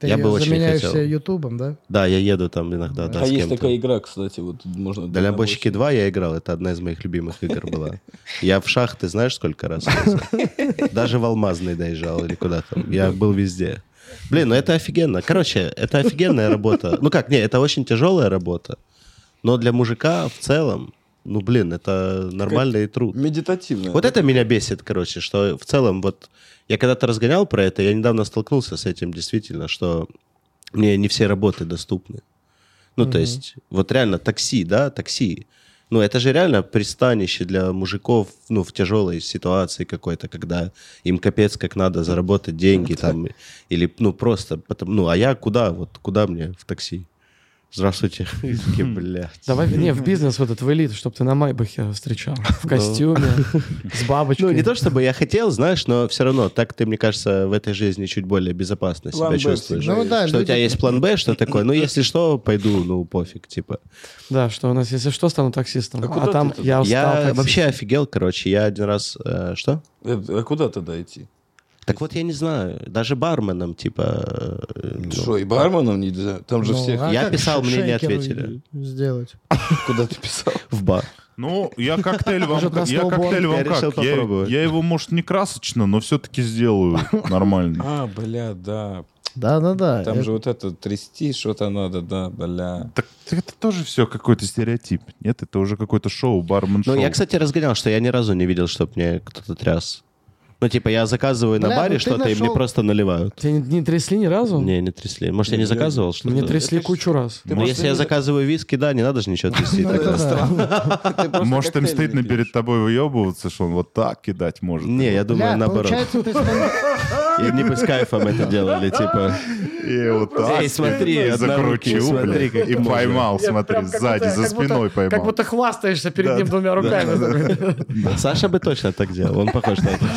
Speaker 6: Ты
Speaker 5: Я бы очень
Speaker 6: заменяешься
Speaker 5: хотел.
Speaker 6: ютубом, да?
Speaker 5: Да, я еду там иногда, да,
Speaker 2: а
Speaker 5: с
Speaker 2: есть
Speaker 5: кем-то.
Speaker 2: такая игра, кстати, вот можно...
Speaker 5: Дальнобойщики 2 я играл, это одна из моих любимых игр была. Я в шахты знаешь сколько раз лазил? Даже в Алмазный доезжал или куда там. Я был везде. Блин, ну это офигенно. Короче, это офигенная работа. Ну как, не, это очень тяжелая работа. Но для мужика в целом, ну блин, это нормальный труд.
Speaker 2: Медитативно.
Speaker 5: Вот это меня бесит, короче, что в целом вот я когда-то разгонял про это, я недавно столкнулся с этим действительно, что мне не все работы доступны. Ну, то есть, вот реально такси, да, такси. Ну, это же реально пристанище для мужиков, ну, в тяжелой ситуации какой-то, когда им капец как надо заработать деньги там, или, ну, просто, потом, ну, а я куда, вот, куда мне в такси? Здравствуйте. И такие, блядь.
Speaker 3: Давай в- не, в бизнес вот этот, в элит, чтобы ты на Майбахе встречал. В костюме, с бабочкой.
Speaker 5: Ну, не то чтобы я хотел, знаешь, но все равно так ты, мне кажется, в этой жизни чуть более безопасно
Speaker 2: План
Speaker 5: себя
Speaker 2: Б
Speaker 5: чувствуешь.
Speaker 2: всегда
Speaker 6: Ну да,
Speaker 5: что у
Speaker 6: люди-
Speaker 5: тебя есть план Б, что такое. Ну, если что, пойду, ну, пофиг, типа.
Speaker 3: Да, что у нас, если что, стану таксистом.
Speaker 2: А
Speaker 3: А,
Speaker 2: куда
Speaker 3: там
Speaker 2: ты тут?
Speaker 3: я устал
Speaker 5: Я
Speaker 3: таксист.
Speaker 5: вообще офигел, короче. Я один раз... э, Что?
Speaker 2: Э, А куда тогда идти?
Speaker 5: Так вот, я не знаю. Даже барменом, типа... э, ну,
Speaker 2: Что, и барменом нельзя? Там же
Speaker 6: Ну,
Speaker 2: всех...
Speaker 6: а
Speaker 5: Я
Speaker 6: как
Speaker 5: писал, мне не
Speaker 6: шейкеру
Speaker 5: ответили.
Speaker 6: Сделать.
Speaker 2: Куда ты писал?
Speaker 5: В бар.
Speaker 1: Ну, я коктейль вам,
Speaker 3: Может, на
Speaker 1: я
Speaker 3: сноуборд?
Speaker 1: коктейль вам
Speaker 5: Я решил
Speaker 1: как? Я,
Speaker 5: попробовать.
Speaker 1: я его, может, не красочно, но все-таки сделаю нормально.
Speaker 2: А, бля, да.
Speaker 6: Да, да,
Speaker 5: А
Speaker 6: да.
Speaker 2: Там же вот это трясти что-то надо, да, бля.
Speaker 1: Так это тоже все какой-то стереотип. Нет, это уже какое-то шоу, бармен-шоу.
Speaker 5: Ну, я, кстати, разгонял, что я ни разу не видел, чтобы мне кто-то тряс. Ну, типа, я заказываю на
Speaker 6: Бля, ну
Speaker 5: баре
Speaker 6: ты
Speaker 5: что-то, и мне
Speaker 6: нашел-
Speaker 5: просто наливают.
Speaker 3: Тебя не, не трясли ни разу?
Speaker 5: Не, не трясли. Может, я не заказывал что-то?
Speaker 3: Мне трясли кучу раз.
Speaker 5: Ну, если я заказываю виски, да, не надо же ничего трясти.
Speaker 6: Ну, это
Speaker 5: тогда.
Speaker 6: да.
Speaker 1: Может, им стыдно перед тобой выебываться, что он вот так кидать может.
Speaker 5: Не, я думаю,
Speaker 6: Бля,
Speaker 5: наоборот.
Speaker 6: получается, ты с-
Speaker 5: И мне бы с кайфом это делали, типа.
Speaker 1: И вот так.
Speaker 5: Эй, смотри,
Speaker 1: и
Speaker 5: одна руки,
Speaker 1: закручу,
Speaker 5: смотри,
Speaker 1: блядь,
Speaker 5: как
Speaker 1: и
Speaker 5: можно.
Speaker 1: поймал,
Speaker 3: Я
Speaker 1: смотри,
Speaker 3: прям как
Speaker 1: сзади,
Speaker 3: будто-
Speaker 1: за
Speaker 3: как
Speaker 1: спиной
Speaker 3: будто- Как
Speaker 1: поймал.
Speaker 3: будто хвастаешься перед ним двумя руками.
Speaker 5: Саша бы точно так делал, он похож на это.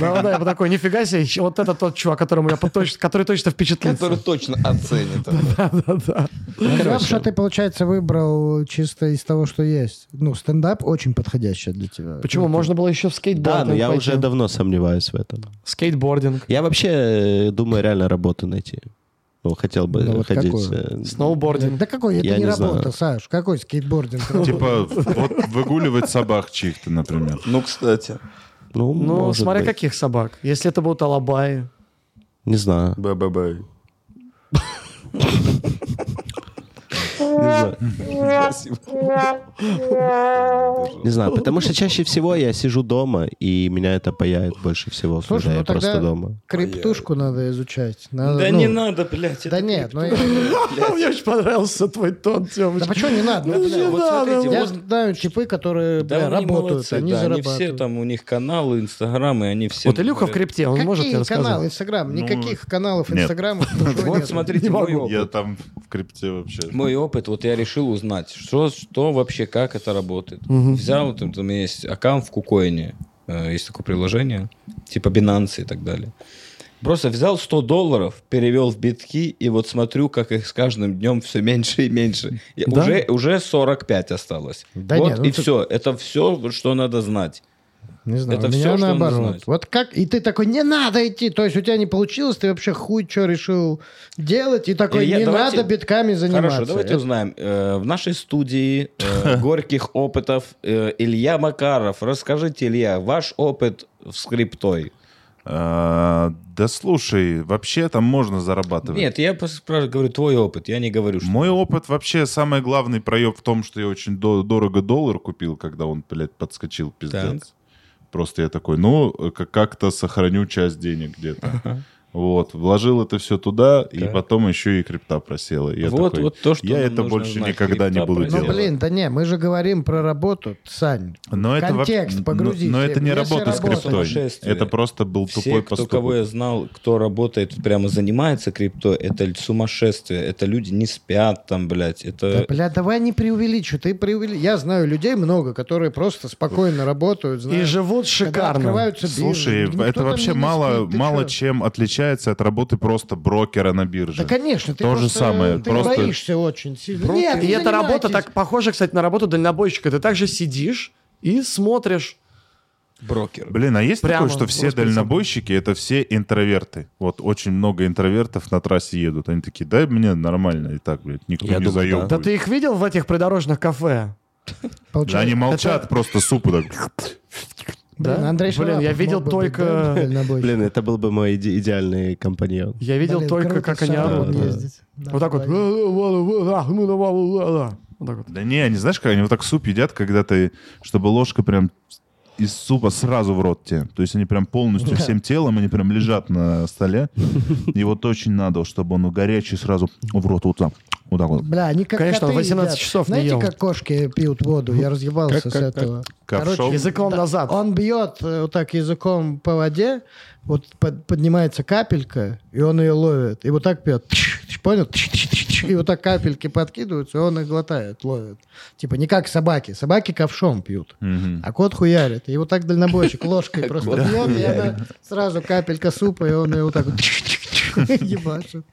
Speaker 3: Да, да, я бы такой, нифига себе, щ- вот это тот чувак, которому я поточ- который точно впечатлился.
Speaker 2: Который точно оценит.
Speaker 6: Стендап, что Ну, ты, получается, выбрал чисто из того, что есть. Ну, стендап очень подходящий для тебя.
Speaker 3: Почему? Можно было еще в скейтбординг
Speaker 6: ну,
Speaker 5: Да, но я
Speaker 3: пойти.
Speaker 5: уже давно сомневаюсь в этом.
Speaker 3: Скейтбординг,
Speaker 5: Я вообще э, думаю реально работу найти. Ну, хотел бы
Speaker 6: Ну, вот
Speaker 5: ходить.
Speaker 6: какую?
Speaker 5: э,
Speaker 3: сноубординг.
Speaker 6: Да какой? Это
Speaker 5: Я
Speaker 6: не
Speaker 5: не знаю.
Speaker 6: работа, Саш. Какой скейтбординг?
Speaker 3: ну,
Speaker 1: Типа, вот выгуливать собак чьих-то, например.
Speaker 2: Ну, кстати.
Speaker 5: Ну,
Speaker 3: Ну,
Speaker 5: может
Speaker 3: смотря
Speaker 5: быть.
Speaker 3: каких собак. Если это будут алабаи.
Speaker 5: Не знаю.
Speaker 2: Б-б-б.
Speaker 5: Не знаю.
Speaker 2: Спасибо.
Speaker 5: Не знаю, потому что чаще всего я сижу дома, и меня это паяет больше всего,
Speaker 6: Слушай,
Speaker 5: когда
Speaker 6: ну
Speaker 5: я
Speaker 6: тогда-
Speaker 5: просто дома.
Speaker 6: Криптушку надо изучать. Надо,
Speaker 2: Да
Speaker 6: ну,
Speaker 2: не надо, блядь.
Speaker 6: Да
Speaker 2: это
Speaker 6: нет, ну...
Speaker 3: Мне очень понравился твой тон,
Speaker 6: Да
Speaker 3: Тёмыч.
Speaker 6: почему не надо? Ну,
Speaker 2: блядь,
Speaker 6: блядь,
Speaker 2: вот смотрите,
Speaker 6: Я
Speaker 2: вот-
Speaker 6: знаю типы, которые
Speaker 2: Да,
Speaker 6: бля,
Speaker 2: они
Speaker 6: работают,
Speaker 2: молодцы,
Speaker 6: они
Speaker 2: да,
Speaker 6: зарабатывают.
Speaker 2: Они все там, у них каналы, инстаграмы, они все...
Speaker 3: Вот Илюха в
Speaker 2: говорят,
Speaker 3: крипте, он может тебе
Speaker 6: Какие каналы?
Speaker 3: рассказать.
Speaker 6: Инстаграм?
Speaker 1: Ну,
Speaker 6: Никаких каналов
Speaker 1: нет.
Speaker 6: Инстаграма. ничего
Speaker 2: Вот
Speaker 6: нет.
Speaker 2: смотрите,
Speaker 3: Не
Speaker 2: мой
Speaker 3: могу.
Speaker 1: Я
Speaker 2: опыт.
Speaker 1: там в крипте вообще.
Speaker 2: Мой опыт, вот я решил узнать, что, что вообще, как это работает.
Speaker 3: Мгм.
Speaker 2: Взял, вот там, у меня есть аккаунт в Кукоине, э, есть такое приложение, типа Binance и так далее. Просто взял 100 долларов, перевел в битки, и вот смотрю, как их с каждым днем все меньше и меньше. И
Speaker 3: Да?
Speaker 2: Уже, уже 45 осталось.
Speaker 6: Да
Speaker 2: вот
Speaker 6: нет, ну
Speaker 2: и
Speaker 6: ты-
Speaker 2: все. Это все, что надо знать.
Speaker 6: Не знаю,
Speaker 2: Это
Speaker 6: у меня
Speaker 2: всё, что надо
Speaker 6: наоборот.
Speaker 2: знать.
Speaker 6: Вот как, и ты такой, не надо идти, то есть у тебя не получилось, ты вообще хуй что решил делать, и такой,
Speaker 2: Илья,
Speaker 6: не
Speaker 2: давайте-
Speaker 6: надо битками заниматься. Ну,
Speaker 2: Хорошо, давайте
Speaker 6: Это-
Speaker 2: узнаем. Э, В нашей студии э, горьких опытов э, Илья Макаров. Расскажите, Илья, ваш опыт с криптой.
Speaker 1: А, Да слушай, вообще там можно зарабатывать.
Speaker 2: Нет, я просто спрашиваю, говорю твой опыт, я не говорю, что...
Speaker 1: Мой опыт вообще самый главный проеб в том, что я очень до- дорого доллар купил, когда он, блядь, подскочил, пиздец. Просто я такой, ну, к- как-то сохраню часть денег где-то. Вот, вложил это все туда, и
Speaker 2: Так.
Speaker 1: потом еще и крипта просела. Я
Speaker 2: Вот-
Speaker 1: такой,
Speaker 2: вот то, что
Speaker 1: я
Speaker 2: нам
Speaker 1: это
Speaker 2: нужно
Speaker 1: больше
Speaker 2: знать.
Speaker 1: никогда не
Speaker 2: Крипта
Speaker 1: буду
Speaker 2: просела.
Speaker 6: Ну,
Speaker 1: делать.
Speaker 6: блин, да не, мы же говорим про работу, Сань.
Speaker 1: но это вообще-
Speaker 6: Ну, контекст
Speaker 1: но-
Speaker 6: погрузись,
Speaker 1: Но, это не
Speaker 6: если
Speaker 1: работа с
Speaker 6: работа.
Speaker 1: криптой.
Speaker 2: Сумасшествие.
Speaker 1: Это просто был
Speaker 2: Все,
Speaker 1: тупой
Speaker 2: кто,
Speaker 1: поступок.
Speaker 2: кого я знал, кто работает, прямо занимается крипто, это л- сумасшествие. Это люди не спят там, блядь.
Speaker 6: Да,
Speaker 2: Это...
Speaker 6: бля, давай не преувеличу, ты преувели... Я знаю людей много, которые просто спокойно
Speaker 3: И
Speaker 6: работают, знаешь,
Speaker 3: живут
Speaker 6: когда
Speaker 3: шикарно.
Speaker 6: открываются биржи,
Speaker 1: Слушай,
Speaker 6: никто
Speaker 1: это
Speaker 6: там
Speaker 1: вообще
Speaker 6: не
Speaker 1: мало,
Speaker 6: спит, ты
Speaker 1: мало
Speaker 6: чё?
Speaker 1: чем отличается от работы просто брокера на бирже.
Speaker 6: Да, конечно, ты
Speaker 1: То же
Speaker 6: просто-
Speaker 1: самое,
Speaker 6: ты
Speaker 1: просто-
Speaker 6: боишься очень сильно.
Speaker 3: Нет,
Speaker 6: не
Speaker 3: и эта работа
Speaker 6: занимайтесь.
Speaker 3: так похожа, кстати, на работу дальнобойщика. Ты также сидишь и смотришь.
Speaker 2: Брокер.
Speaker 1: Блин, а есть
Speaker 3: Прямо
Speaker 1: такое, что все
Speaker 3: расписано.
Speaker 1: дальнобойщики это все интроверты? Вот очень много интровертов на трассе едут. Они такие, дай мне нормально и так, блядь, никто
Speaker 5: Я
Speaker 1: не
Speaker 5: думаю, да.
Speaker 1: заебывает.
Speaker 3: Да ты их видел в этих придорожных кафе?
Speaker 1: Да
Speaker 6: Получается,
Speaker 1: они молчат, просто супу так.
Speaker 6: Блин,
Speaker 3: Да?
Speaker 6: Андрей
Speaker 3: Блин, я
Speaker 6: Шарапов
Speaker 3: видел
Speaker 6: мог бы
Speaker 3: только...
Speaker 6: быть дальнобойщиком.
Speaker 5: Блин, это был бы мой иде- идеальный компаньон.
Speaker 3: Я видел
Speaker 6: Блин,
Speaker 3: только,
Speaker 6: круто
Speaker 3: как
Speaker 6: с
Speaker 3: они
Speaker 6: шаром
Speaker 3: орут.
Speaker 5: да.
Speaker 6: ездить. Да,
Speaker 3: Вот так вот. Э,
Speaker 6: давай.
Speaker 3: Вот так вот.
Speaker 1: Да не, они знаешь, как они вот так суп едят, когда ты, чтобы ложка прям из супа сразу в рот тебе. То есть они прям полностью всем телом, они прям лежат на столе. И вот очень надо, чтобы он горячий сразу в рот вот так. Вот так вот.
Speaker 6: Бля, они как
Speaker 3: Конечно, он
Speaker 6: коты
Speaker 3: 18
Speaker 6: едят.
Speaker 3: часов не
Speaker 6: Знаете,
Speaker 3: ел.
Speaker 6: как кошки пьют воду? Я разъебался
Speaker 2: Как-
Speaker 6: с
Speaker 2: как- как?
Speaker 6: этого.
Speaker 1: Ковшом.
Speaker 3: Языком назад.
Speaker 6: Он бьет э, вот так языком по воде, вот под- поднимается капелька, и он ее ловит. И вот так пьет. Тш, тш, Понял? Тш, тш, тш, тш. И вот так капельки подкидываются, и он их глотает, ловит. Типа не как собаки. Собаки ковшом пьют.
Speaker 1: Мгм.
Speaker 6: А кот хуярит. И вот так дальнобойщик ложкой просто бьет, и она сразу капелька супа, и он ее вот так вот тш, тш, тш, ебашит.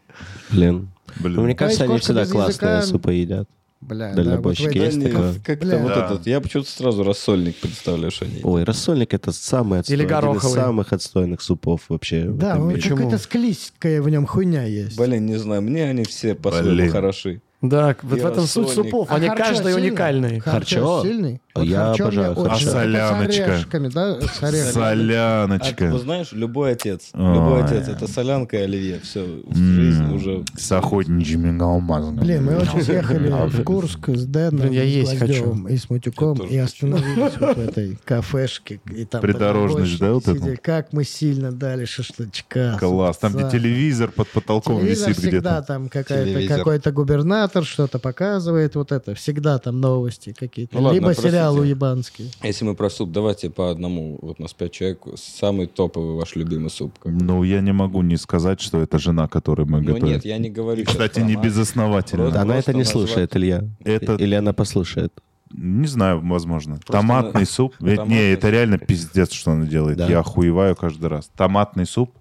Speaker 5: Блин.
Speaker 1: Блин.
Speaker 5: Ну, мне
Speaker 6: То есть
Speaker 5: кажется, они
Speaker 6: кошка
Speaker 5: всегда
Speaker 6: без
Speaker 5: классные
Speaker 6: языка-
Speaker 5: супы едят.
Speaker 6: Бля, да, вот в
Speaker 5: Дальнобойщики
Speaker 6: этой-
Speaker 5: есть такое?
Speaker 2: Как-то
Speaker 6: Бля.
Speaker 2: вот
Speaker 1: Да.
Speaker 2: этот. Я почему-то сразу рассольник представляю, что они...
Speaker 5: Ой, рассольник это самый отстой,
Speaker 3: Или
Speaker 5: один из
Speaker 3: гороховый.
Speaker 5: самых отстойных супов вообще. в
Speaker 6: Да,
Speaker 5: этом
Speaker 6: он
Speaker 5: мире.
Speaker 3: Почему?
Speaker 6: какая-то склизкая в нем хуйня есть.
Speaker 2: Блин, не знаю, мне они все по-своему
Speaker 1: Блин.
Speaker 2: хороши.
Speaker 3: Да, вот в
Speaker 2: Я
Speaker 3: этом суть
Speaker 2: рассольник.
Speaker 3: супов.
Speaker 6: А
Speaker 3: Они
Speaker 6: харчо
Speaker 3: каждый
Speaker 6: сильный?
Speaker 3: уникальный.
Speaker 6: Харчо
Speaker 5: Харчо?
Speaker 6: сильный? Вот
Speaker 5: Я
Speaker 6: харчо
Speaker 5: обожаю
Speaker 6: мне очень
Speaker 5: харчо.
Speaker 6: нравится.
Speaker 1: А соляночка?
Speaker 6: С орешками, да? С орешками.
Speaker 2: А ты
Speaker 1: Соляночка.
Speaker 2: вот знаешь, любой отец,
Speaker 1: Ой.
Speaker 2: любой отец, это солянка и оливье, все,
Speaker 1: М,
Speaker 2: жизнь уже...
Speaker 1: С охотничьими алмазами.
Speaker 6: Блин, мы очень съехали в Курск с Дэном,
Speaker 3: Блин, я
Speaker 6: с
Speaker 3: есть
Speaker 6: Гвоздевым и с
Speaker 2: Я
Speaker 6: Матюком,
Speaker 2: тоже
Speaker 6: и остановились вот в этой кафешке. И там
Speaker 1: Придорожность, да, вот
Speaker 6: сидели.
Speaker 1: это?
Speaker 6: Как мы сильно дали шашлычка.
Speaker 1: Класс. Там, где
Speaker 6: где
Speaker 1: телевизор под потолком
Speaker 6: Телевизор
Speaker 1: висит
Speaker 6: всегда
Speaker 1: где-то.
Speaker 6: там какая-то,
Speaker 2: Телевизор.
Speaker 6: какой-то губернатор что-то показывает, вот это, всегда там новости какие-то.
Speaker 2: Ну ладно,
Speaker 6: Либо
Speaker 2: простите.
Speaker 6: сериал уебанский.
Speaker 2: Если мы про суп, давайте по одному, вот у нас пять человек, самый топовый ваш любимый суп. как бы.
Speaker 1: Ну, я не могу не сказать, что это жена, которой мы
Speaker 2: Ну
Speaker 1: готовим.
Speaker 2: нет, я не говорю.
Speaker 1: И,
Speaker 2: сейчас
Speaker 1: кстати,
Speaker 2: про
Speaker 1: не
Speaker 2: Макс.
Speaker 1: безосновательно.
Speaker 2: Просто-
Speaker 5: Она это не
Speaker 2: назвать-
Speaker 5: слушает, Илья.
Speaker 1: Это-
Speaker 5: Или она послушает.
Speaker 1: Не знаю, возможно.
Speaker 2: Просто
Speaker 1: Томатный суп. Э,
Speaker 2: Томатный
Speaker 1: Не, это
Speaker 2: суп.
Speaker 1: реально пиздец, что она делает.
Speaker 5: Да.
Speaker 1: Я охуеваю каждый раз. Томатный суп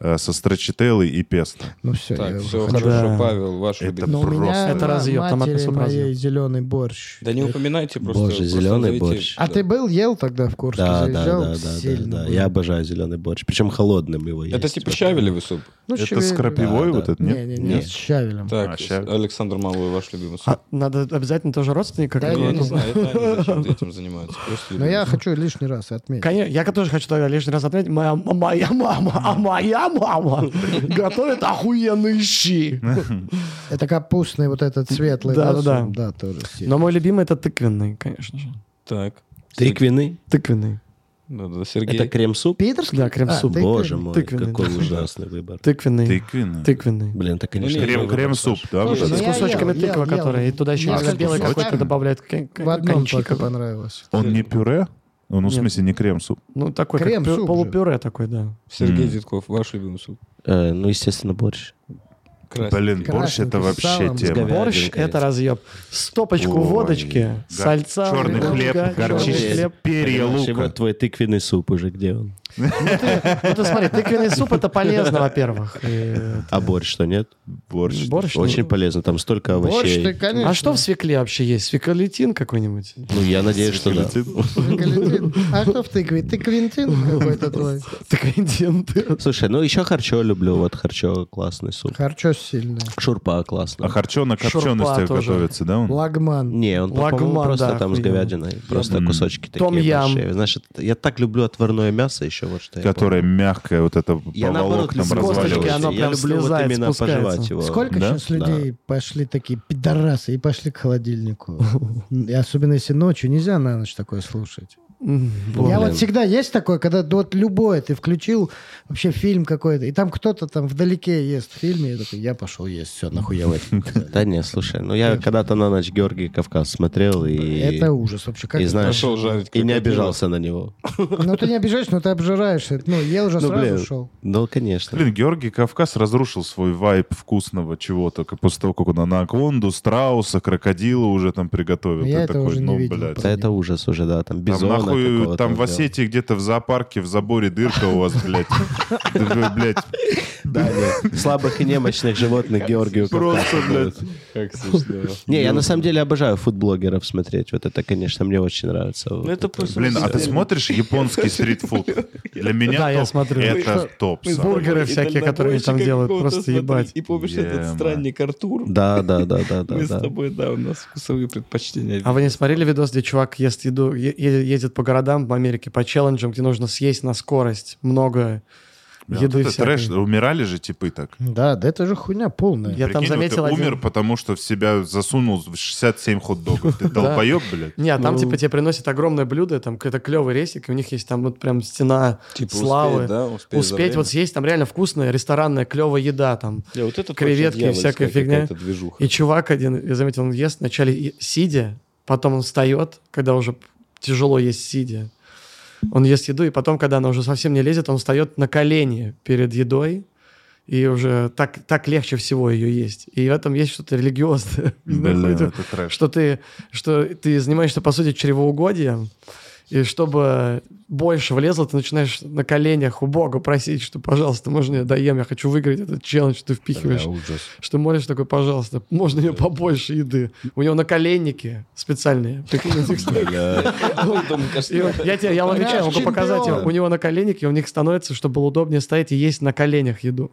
Speaker 1: э, со строчителлой и песто.
Speaker 6: Ну все,
Speaker 2: Так,
Speaker 6: я
Speaker 2: все,
Speaker 6: выхожу.
Speaker 2: хорошо,
Speaker 3: Да.
Speaker 2: Павел, ваш
Speaker 1: Это
Speaker 2: любимый.
Speaker 6: Но у меня
Speaker 1: просто-
Speaker 3: Это
Speaker 6: это
Speaker 3: разъеб, томатный
Speaker 6: матери
Speaker 3: суп
Speaker 6: моей
Speaker 3: разъеб.
Speaker 6: зеленый борщ.
Speaker 2: Да не упоминайте просто.
Speaker 5: Боже,
Speaker 2: просто
Speaker 5: зеленый
Speaker 2: назовите-
Speaker 5: борщ.
Speaker 6: А
Speaker 2: Да.
Speaker 6: ты был, ел тогда в Курске?
Speaker 5: Да, да,
Speaker 6: Заезжал?
Speaker 5: да, да, да,
Speaker 6: Сильно
Speaker 5: да.
Speaker 6: был.
Speaker 5: Я обожаю зеленый борщ. Причем холодным его
Speaker 2: Это
Speaker 5: есть.
Speaker 2: типа щавелевый суп.
Speaker 6: Ну,
Speaker 1: Это
Speaker 6: щавель-
Speaker 1: с крапивой
Speaker 5: Да,
Speaker 1: вот
Speaker 5: да.
Speaker 1: это,
Speaker 6: Не,
Speaker 1: нет?
Speaker 6: не, не,
Speaker 2: Нет.
Speaker 6: с щавелем.
Speaker 2: Так,
Speaker 1: щавель.
Speaker 2: Александр Малый, ваш любимый суп.
Speaker 3: А, надо обязательно тоже родственника
Speaker 6: Да,
Speaker 2: Ну, я
Speaker 3: какого-то.
Speaker 2: не знаю, это они зачем этим занимаются. Просто
Speaker 6: Но я
Speaker 2: любимый суп.
Speaker 6: хочу лишний раз отметить.
Speaker 3: Конечно, я тоже хочу тогда лишний раз отметить. Моя, м- моя мама, а моя мама готовит охуенные щи.
Speaker 6: Это капустный вот этот светлый.
Speaker 3: Да,
Speaker 6: суп?
Speaker 3: да, да.
Speaker 6: Да, тоже сильно.
Speaker 3: Но мой любимый это тыквенный, конечно же.
Speaker 2: Так.
Speaker 5: Тыквенный?
Speaker 3: Тыквенный.
Speaker 2: Да, да, Сергей.
Speaker 5: Это крем-суп?
Speaker 6: Питерский?
Speaker 3: Да, крем-суп.
Speaker 6: А, тыквенный.
Speaker 5: Боже мой,
Speaker 3: Тыквенный,
Speaker 5: какой
Speaker 3: да.
Speaker 5: ужасный выбор.
Speaker 3: Тыквенный.
Speaker 1: Тыквенный.
Speaker 3: Тыквенный.
Speaker 5: Блин, так, конечно,
Speaker 2: не,
Speaker 1: Крем,
Speaker 5: выбор.
Speaker 1: крем-суп, да? вот
Speaker 6: Слушай,
Speaker 1: это?
Speaker 6: ну
Speaker 3: С
Speaker 6: я
Speaker 3: кусочками
Speaker 6: ел,
Speaker 3: тыквы,
Speaker 6: ел, ел.
Speaker 3: которые. И туда еще
Speaker 6: Несколько
Speaker 3: иногда белый
Speaker 6: кусочков.
Speaker 3: какой-то добавляют. кон- кон-
Speaker 6: В одном
Speaker 3: коньчи
Speaker 6: только
Speaker 3: какой-то.
Speaker 6: понравилось.
Speaker 1: Он не пюре? Он, ну, в
Speaker 3: Нет.
Speaker 1: смысле, не крем-суп.
Speaker 3: Ну, такой, как
Speaker 6: Крем,
Speaker 3: пю-
Speaker 6: суп же.
Speaker 3: полупюре такой, да.
Speaker 2: Сергей
Speaker 1: М.
Speaker 2: Зитков, ваш любимый суп.
Speaker 5: Э, ну, естественно, борщ.
Speaker 2: Красный.
Speaker 1: Блин, борщ
Speaker 6: Красненький,
Speaker 1: это
Speaker 6: с
Speaker 1: вообще
Speaker 6: салом, с
Speaker 1: тема.
Speaker 5: говядиной.
Speaker 3: Борщ —
Speaker 5: конечно.
Speaker 3: это разъеб. Стопочку
Speaker 1: Ой,
Speaker 3: водочки,
Speaker 1: га-
Speaker 3: сальца,
Speaker 1: Черный
Speaker 3: лука,
Speaker 1: хлеб,
Speaker 3: черный
Speaker 1: горчичный
Speaker 3: хлеб.
Speaker 1: перья
Speaker 5: Понимаешь, и
Speaker 1: лука.
Speaker 5: Вот твой тыквенный суп уже, где он?
Speaker 3: Ну, ты смотри, тыквенный суп — это полезно, во-первых. И-
Speaker 5: А борщ что, нет?
Speaker 1: Борщ.
Speaker 3: Борщ.
Speaker 5: Очень
Speaker 3: ну,
Speaker 5: полезно, там столько
Speaker 6: Борщ,
Speaker 5: овощей.
Speaker 6: ты, конечно.
Speaker 3: А что в свекле вообще есть? Свеколитин какой-нибудь?
Speaker 5: Ну, я надеюсь, что да.
Speaker 6: Калитин. А что в тыкве? Ты какой-то твой.
Speaker 3: Тыквентин.
Speaker 5: Слушай, ну еще харчо люблю, вот харчо классный суп.
Speaker 6: Харчо сильный.
Speaker 5: Шурпа классный.
Speaker 1: А харчо на
Speaker 3: Шурпа
Speaker 1: копченостях
Speaker 3: тоже.
Speaker 1: готовится, да? он?
Speaker 6: Лагман.
Speaker 5: Не, он,
Speaker 3: Лагман,
Speaker 5: по-моему, просто
Speaker 3: да,
Speaker 5: там с
Speaker 3: охуенно.
Speaker 5: говядиной. Просто
Speaker 1: М.
Speaker 5: кусочки такие
Speaker 3: Том-ям.
Speaker 5: большие. Знаешь, это- я так люблю отварное мясо еще, вот что я
Speaker 1: Которое мягкое, вот это
Speaker 5: Я наоборот
Speaker 1: поволок
Speaker 5: люблю а
Speaker 1: там
Speaker 3: косточки, оно
Speaker 1: разваливается.
Speaker 5: Я
Speaker 3: прям
Speaker 5: люблю вот
Speaker 3: слезает,
Speaker 5: именно
Speaker 3: спускается.
Speaker 5: пожевать его.
Speaker 6: Сколько
Speaker 1: Да?
Speaker 6: сейчас людей пошли такие пидорасы и пошли к холодильнику? И особенно если ночью нельзя на ночь такое слушать. Я вот всегда есть такое, когда вот любое, ты включил вообще фильм какой-то, и там кто-то там вдалеке ест в фильме, я такой, я пошел есть, все, нахуя вы это показали».
Speaker 5: Да не, слушай, ну я когда-то на ночь Георгий Кавказ смотрел и...
Speaker 6: Это ужас вообще. Как
Speaker 5: и
Speaker 6: это
Speaker 5: знаешь,
Speaker 2: Пошел жарить
Speaker 5: и не
Speaker 2: крокодила.
Speaker 5: обижался на него.
Speaker 6: Ну, ты не обижаешься, но ты обжираешься. Ну, ел уже
Speaker 5: Ну,
Speaker 6: сразу
Speaker 5: блин.
Speaker 6: шел.
Speaker 5: Ну, конечно.
Speaker 1: Блин, Георгий Кавказ разрушил свой вайб вкусного чего-то, как после того, как он анаконду, страуса, крокодила уже там приготовил.
Speaker 6: Я
Speaker 1: Ты
Speaker 6: этого
Speaker 1: такой,
Speaker 6: уже не
Speaker 1: ну,
Speaker 6: видел,
Speaker 1: блядь.
Speaker 5: Да это ужас уже, да, там
Speaker 1: Там,
Speaker 5: бизона
Speaker 1: нахуй,
Speaker 5: какого-то
Speaker 1: там в
Speaker 5: сделал.
Speaker 1: Осетии где-то в зоопарке, в заборе дырка у вас, блядь. Ты такой, блядь,
Speaker 5: Да, нет. Слабых и немощных животных Георгию Кавказ
Speaker 1: просто,
Speaker 5: отдают.
Speaker 1: блядь.
Speaker 2: Как смешно.
Speaker 5: Не, я на самом деле обожаю фудблогеров смотреть. Вот это, конечно, мне очень нравится. Вот
Speaker 2: Ну, это
Speaker 5: это.
Speaker 2: просто...
Speaker 1: Блин, а ты
Speaker 2: Блин,
Speaker 1: смотришь японский стритфуд? Для меня
Speaker 3: Да, я
Speaker 1: топ.
Speaker 3: смотрю.
Speaker 1: Это топ.
Speaker 3: Из
Speaker 1: самый.
Speaker 3: бургера
Speaker 2: и
Speaker 3: всякие,
Speaker 2: дальнобойщика
Speaker 3: которые они там делают,
Speaker 2: какого-то
Speaker 3: просто
Speaker 2: смотри.
Speaker 3: ебать.
Speaker 2: И помнишь
Speaker 1: Ема.
Speaker 2: этот странник Артур?
Speaker 5: Да, да, да, да, да.
Speaker 2: Мы с
Speaker 5: да.
Speaker 2: тобой, да, у нас вкусовые предпочтения.
Speaker 3: А вы не смотрели видос, где чувак ест еду, е- е- ездит по городам в Америке, по челленджам, где нужно съесть на скорость много
Speaker 1: Бля,
Speaker 3: еды
Speaker 1: вот это
Speaker 3: всякой.
Speaker 1: трэш. Умирали же типы так.
Speaker 6: Да, да это же хуйня полная.
Speaker 3: Я
Speaker 1: Прикинь,
Speaker 3: там
Speaker 1: вот
Speaker 3: заметил
Speaker 1: ты
Speaker 3: один...
Speaker 1: умер, потому что в себя засунул 67 хот-догов. Ты долбоеб, блядь.
Speaker 3: Не, а там
Speaker 2: Ну.
Speaker 3: типа тебе приносят огромное блюдо, там какой-то клевый ресик, и у них есть там вот прям стена
Speaker 2: Типа успеть,
Speaker 3: славы.
Speaker 2: да, успеть за
Speaker 3: Успеть вот
Speaker 2: время.
Speaker 3: съесть, там реально вкусная ресторанная клевая еда там.
Speaker 2: Да, вот это
Speaker 3: креветки
Speaker 2: точно
Speaker 3: и
Speaker 2: дьявольская
Speaker 3: всякая фигня.
Speaker 2: какая-то движуха.
Speaker 3: И чувак один, я заметил, он ест вначале и- сидя, потом он встает, когда уже тяжело есть сидя. Он ест еду, и потом, когда она уже совсем не лезет, он встает на колени перед едой, и уже так, так легче всего ее есть. И в этом есть что-то религиозное. Не знаю,
Speaker 1: Блин,
Speaker 3: поэтому-
Speaker 1: это трэш.
Speaker 3: что ты, что ты занимаешься, по сути, чревоугодием, и чтобы больше влезло, ты начинаешь на коленях у Бога просить, что, пожалуйста, можно я доем, я хочу выиграть этот челлендж, что ты впихиваешь. Что молишь такой, пожалуйста, можно мне побольше еды. У него наколенники специальные. Прикинь, у них стоит. И он- Я тебе, я вам отвечаю, могу
Speaker 6: Чемпион.
Speaker 3: показать его. У него наколенники, у них становится, чтобы было удобнее стоять и есть на коленях еду.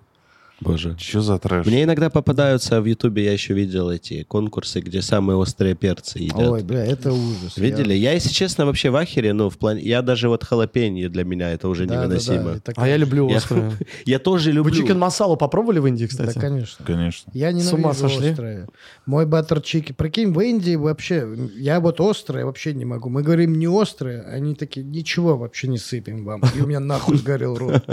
Speaker 2: Боже.
Speaker 1: Че за трэш?
Speaker 5: Мне иногда попадаются в Ютубе, я еще видел эти конкурсы, где самые острые перцы едят.
Speaker 4: Ой, бля, это ужас.
Speaker 5: Видели? Я, если честно, вообще в ахере, ну, в плане... Я даже вот халапенье для меня, это уже
Speaker 4: Я- Да, да, да,
Speaker 5: невыносимо.
Speaker 4: и так-
Speaker 3: А я люблю
Speaker 5: Я-
Speaker 3: острое.
Speaker 5: Я тоже
Speaker 3: Вы чикен
Speaker 5: люблю.
Speaker 3: масалу попробовали в Индии,
Speaker 6: Да,
Speaker 3: кстати?
Speaker 6: конечно.
Speaker 1: Конечно.
Speaker 6: Я
Speaker 3: С
Speaker 6: ненавижу
Speaker 3: ума сошли.
Speaker 6: острое. Мой баттер чики. Прикинь, в Индии вообще, я вот острое вообще не могу. Мы говорим не острое, они такие, ничего вообще не сыпем вам. И у меня нахуй сгорел рот.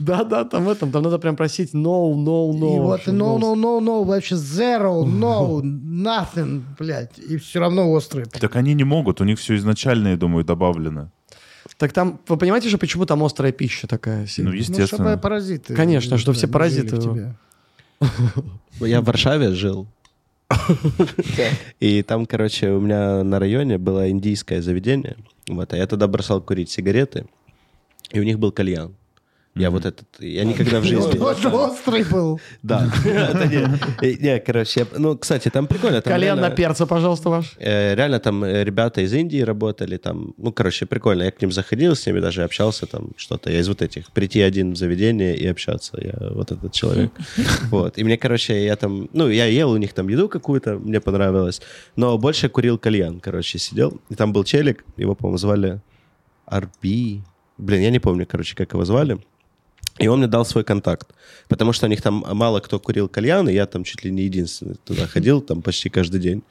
Speaker 3: Да, да, там в этом, там надо прям просить no, no, no.
Speaker 6: и вот,
Speaker 3: no,
Speaker 6: ну, no, no, no, no, вообще zero, no, nothing, блядь. И все равно острое.
Speaker 1: Так они не могут, у них все изначально, я думаю, добавлено. Ну,
Speaker 3: Так там, вы понимаете же, почему там острая пища такая
Speaker 1: Ну,
Speaker 3: сильная?
Speaker 1: естественно.
Speaker 6: чтобы паразиты.
Speaker 3: Конечно, что все
Speaker 6: не жили
Speaker 3: паразиты
Speaker 6: в
Speaker 3: его.
Speaker 6: тебе.
Speaker 5: Я в Варшаве жил. И там, короче, у меня на районе было индийское заведение. Вот, а я тогда бросал курить сигареты. И у них был кальян. Я вот этот... Я никогда в жизни...
Speaker 6: Вот острый был.
Speaker 5: Да. Это не- э, Не, короче, я- ну, кстати, там прикольно. там
Speaker 3: Кальян на
Speaker 5: реально-
Speaker 3: перца, пожалуйста, ваш.
Speaker 5: Э, Реально там э, ребята из Индии работали, там, ну, короче, прикольно. Я к ним заходил, с ними даже общался, там, что-то. Я из вот этих, прийти один в заведение и общаться. Я вот этот человек. Вот. И мне, короче, я там, ну, я ел у них там еду какую-то, мне понравилось. Но больше курил кальян, короче, сидел. И там был челик, его, по-моему, звали Арби. Блин, я не помню, короче, как его звали. И он мне дал свой контакт. Потому что у них там мало кто курил кальян, и я там чуть ли не единственный туда ходил, там почти каждый день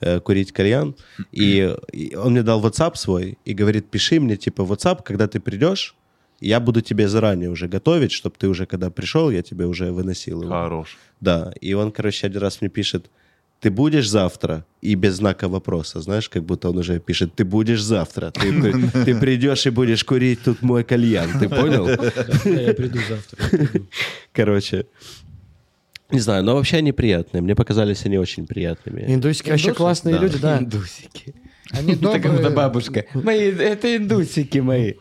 Speaker 5: э, курить кальян. И, и он мне дал WhatsApp свой и говорит, пиши мне, типа, WhatsApp, когда ты придешь, я буду тебе заранее уже готовить, чтобы ты уже, когда пришел, я тебе уже выносил его.
Speaker 1: Хорош.
Speaker 5: Да, и он, короче, один раз мне пишет, ты будешь завтра? И без знака вопроса, знаешь, как будто он уже пишет, ты будешь завтра, ты, ты- ты придешь и будешь курить тут мой кальян, ты понял?
Speaker 7: Я приду завтра. я приду.
Speaker 5: Короче, не знаю, но вообще они приятные, мне показались они очень приятными.
Speaker 3: Индусики вообще
Speaker 6: Индусы?
Speaker 3: классные
Speaker 5: Да.
Speaker 3: люди, да.
Speaker 2: Индусики.
Speaker 6: Они
Speaker 2: Так как будто
Speaker 6: добрые.
Speaker 2: бабушка. Мои, это индусики мои.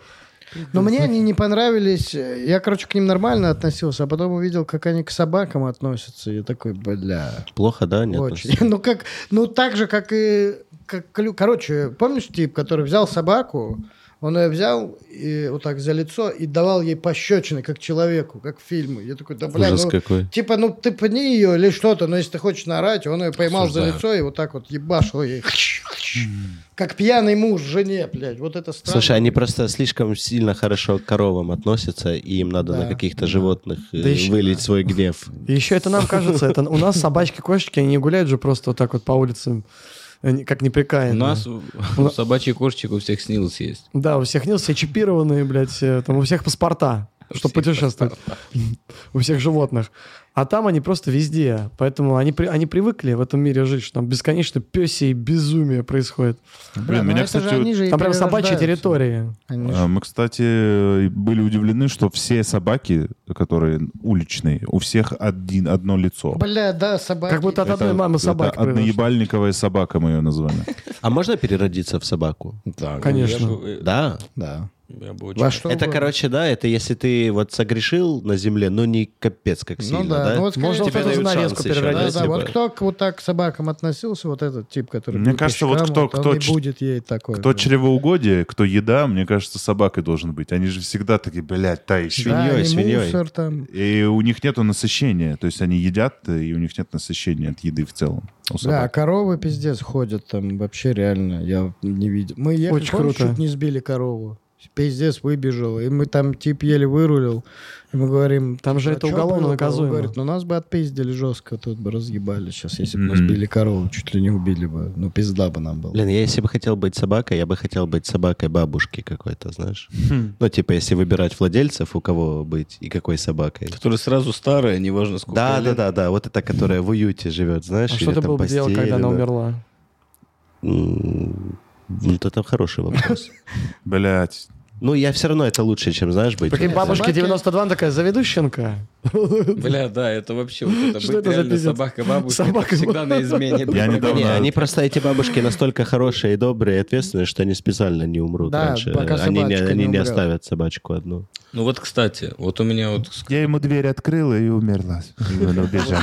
Speaker 6: Но мне они не понравились. Я, короче, к ним нормально относился, а потом увидел, как они к собакам относятся. И я такой, бля,
Speaker 5: Плохо, да? Нет.
Speaker 6: очень. Ну, как, ну, так же, как и... Как, клю- короче, помнишь тип, который взял собаку, он ее взял и вот так за лицо и давал ей пощечины, как человеку, как в фильмы. Я такой, да, бля,
Speaker 5: Ужас
Speaker 6: ну,
Speaker 5: какой.
Speaker 6: Типа, ну ты пни ее или что-то, но если ты хочешь наорать, он ее поймал
Speaker 2: Осуждаю.
Speaker 6: за лицо и вот так вот ебашил ей. Как пьяный муж жене, блядь. Вот это странно.
Speaker 5: Слушай, они просто слишком сильно хорошо к коровам относятся, и им надо на
Speaker 6: Да.
Speaker 5: каких-то животных э,
Speaker 3: Да еще-
Speaker 5: вылить свой гнев.
Speaker 3: И еще это нам кажется, это у нас собачки, кошечки, они не гуляют же просто вот так вот по улицам, они как
Speaker 2: У
Speaker 3: неприкаянные.
Speaker 2: нас у- у собачий кошечек у всех снилось есть.
Speaker 3: Да, у всех нет, все чипированные, блядь, все, там у всех паспорта, чтобы путешествовать. У всех животных. А там они просто везде. Поэтому они, при- они привыкли в этом мире жить, что там бесконечно пёсей безумие происходит. ну
Speaker 1: Блин, меня, кстати, вот-
Speaker 6: ну же и
Speaker 3: Там прям собачья
Speaker 6: перерождаются.
Speaker 3: территория.
Speaker 6: Они же-
Speaker 1: А, Мы, кстати, были удивлены, что все собаки, которые уличные, у всех один, одно лицо.
Speaker 6: Бля, да, собаки.
Speaker 3: Как будто от одной
Speaker 1: Это-
Speaker 3: мамы
Speaker 1: это
Speaker 3: собаки. произошла.
Speaker 1: одноебальниковая собака, мы ее назвали.
Speaker 5: А можно переродиться в собаку?
Speaker 4: Да,
Speaker 3: Конечно.
Speaker 5: Да.
Speaker 4: да.
Speaker 2: э, Я бы очень-
Speaker 6: Во что
Speaker 5: это,
Speaker 6: угодно.
Speaker 5: короче, да, это если ты вот согрешил на земле, но не капец как сильно,
Speaker 6: Ну да,
Speaker 5: да?
Speaker 6: ну вот скорее
Speaker 3: Можно
Speaker 5: Тебе
Speaker 3: вот эту
Speaker 5: дают
Speaker 3: занавеску
Speaker 5: шанс еще,
Speaker 6: Да,
Speaker 3: переродить.
Speaker 5: если
Speaker 6: да, вот
Speaker 5: бы-
Speaker 6: кто к- вот так к собакам относился, вот этот тип, который...
Speaker 1: Мне
Speaker 6: был
Speaker 1: кажется, вот
Speaker 6: пешкам,
Speaker 1: кто-
Speaker 6: вот он
Speaker 1: кто
Speaker 6: и
Speaker 1: ч-
Speaker 6: будет ей такой.
Speaker 1: Кто
Speaker 6: же.
Speaker 1: чревоугодие, кто еда, мне кажется, собакой должен быть. Они же всегда такие, блядь, та еще.
Speaker 6: Да,
Speaker 5: свиньей,
Speaker 6: они
Speaker 5: свиньей.
Speaker 6: мусор там.
Speaker 1: И у них нету насыщения. То есть они едят, и у них нет насыщения от еды в целом. У
Speaker 6: Да,
Speaker 1: собак.
Speaker 6: коровы пиздец ходят там вообще реально, я не видел. Мы ехали,
Speaker 3: Очень
Speaker 6: помнишь,
Speaker 3: круто.
Speaker 6: чуть не сбили корову. Пиздец выбежал, и мы там тип еле вырулил. И мы говорим...
Speaker 3: Там же
Speaker 6: «А
Speaker 3: это
Speaker 6: чё
Speaker 3: уголовно
Speaker 6: было?»
Speaker 3: наказуемо.
Speaker 6: Он Говорит, ну нас бы отпиздили жестко, тут бы разъебали сейчас, если бы нас
Speaker 1: Мгм.
Speaker 6: били корову, чуть ли не убили бы. Ну пизда бы нам было.
Speaker 5: Блин, я если бы хотел быть собакой, я бы хотел быть собакой бабушки какой-то, знаешь.
Speaker 6: Хм.
Speaker 5: Ну, типа, если выбирать владельцев, у кого быть и какой собакой.
Speaker 2: Которая сразу старая, неважно сколько
Speaker 5: Да, да,
Speaker 2: лет.
Speaker 5: да, да. Вот это, которая в уюте живет,
Speaker 3: А
Speaker 5: знаешь,
Speaker 3: что
Speaker 5: или
Speaker 3: ты
Speaker 5: там
Speaker 3: был бы делал, когда она
Speaker 5: постелена.
Speaker 3: умерла?
Speaker 5: М, Вот это Ну, хороший вопрос.
Speaker 1: Блядь.
Speaker 5: Ну, я все равно это лучше, чем, знаешь, быть.
Speaker 3: Прикинь,
Speaker 5: вот,
Speaker 3: бабушке
Speaker 6: собаки-
Speaker 3: 92, она такая, заведу щенка.
Speaker 2: Бля, да, это вообще вот это
Speaker 3: Что
Speaker 2: быть
Speaker 3: это за
Speaker 2: реально
Speaker 3: пиздец?
Speaker 2: собака бабушка.
Speaker 3: Собака-
Speaker 2: это всегда на измене.
Speaker 1: Я
Speaker 5: Не,
Speaker 1: недавно-
Speaker 5: они просто эти бабушки настолько хорошие, и добрые, и ответственные, что они специально не умрут
Speaker 6: Да,
Speaker 5: раньше.
Speaker 6: пока
Speaker 5: они не,
Speaker 6: собачка не
Speaker 5: они не
Speaker 6: умрет.
Speaker 5: оставят собачку одну.
Speaker 2: Ну вот, кстати, вот у меня вот
Speaker 1: Я ему дверь открыла и умерла. И он убежал.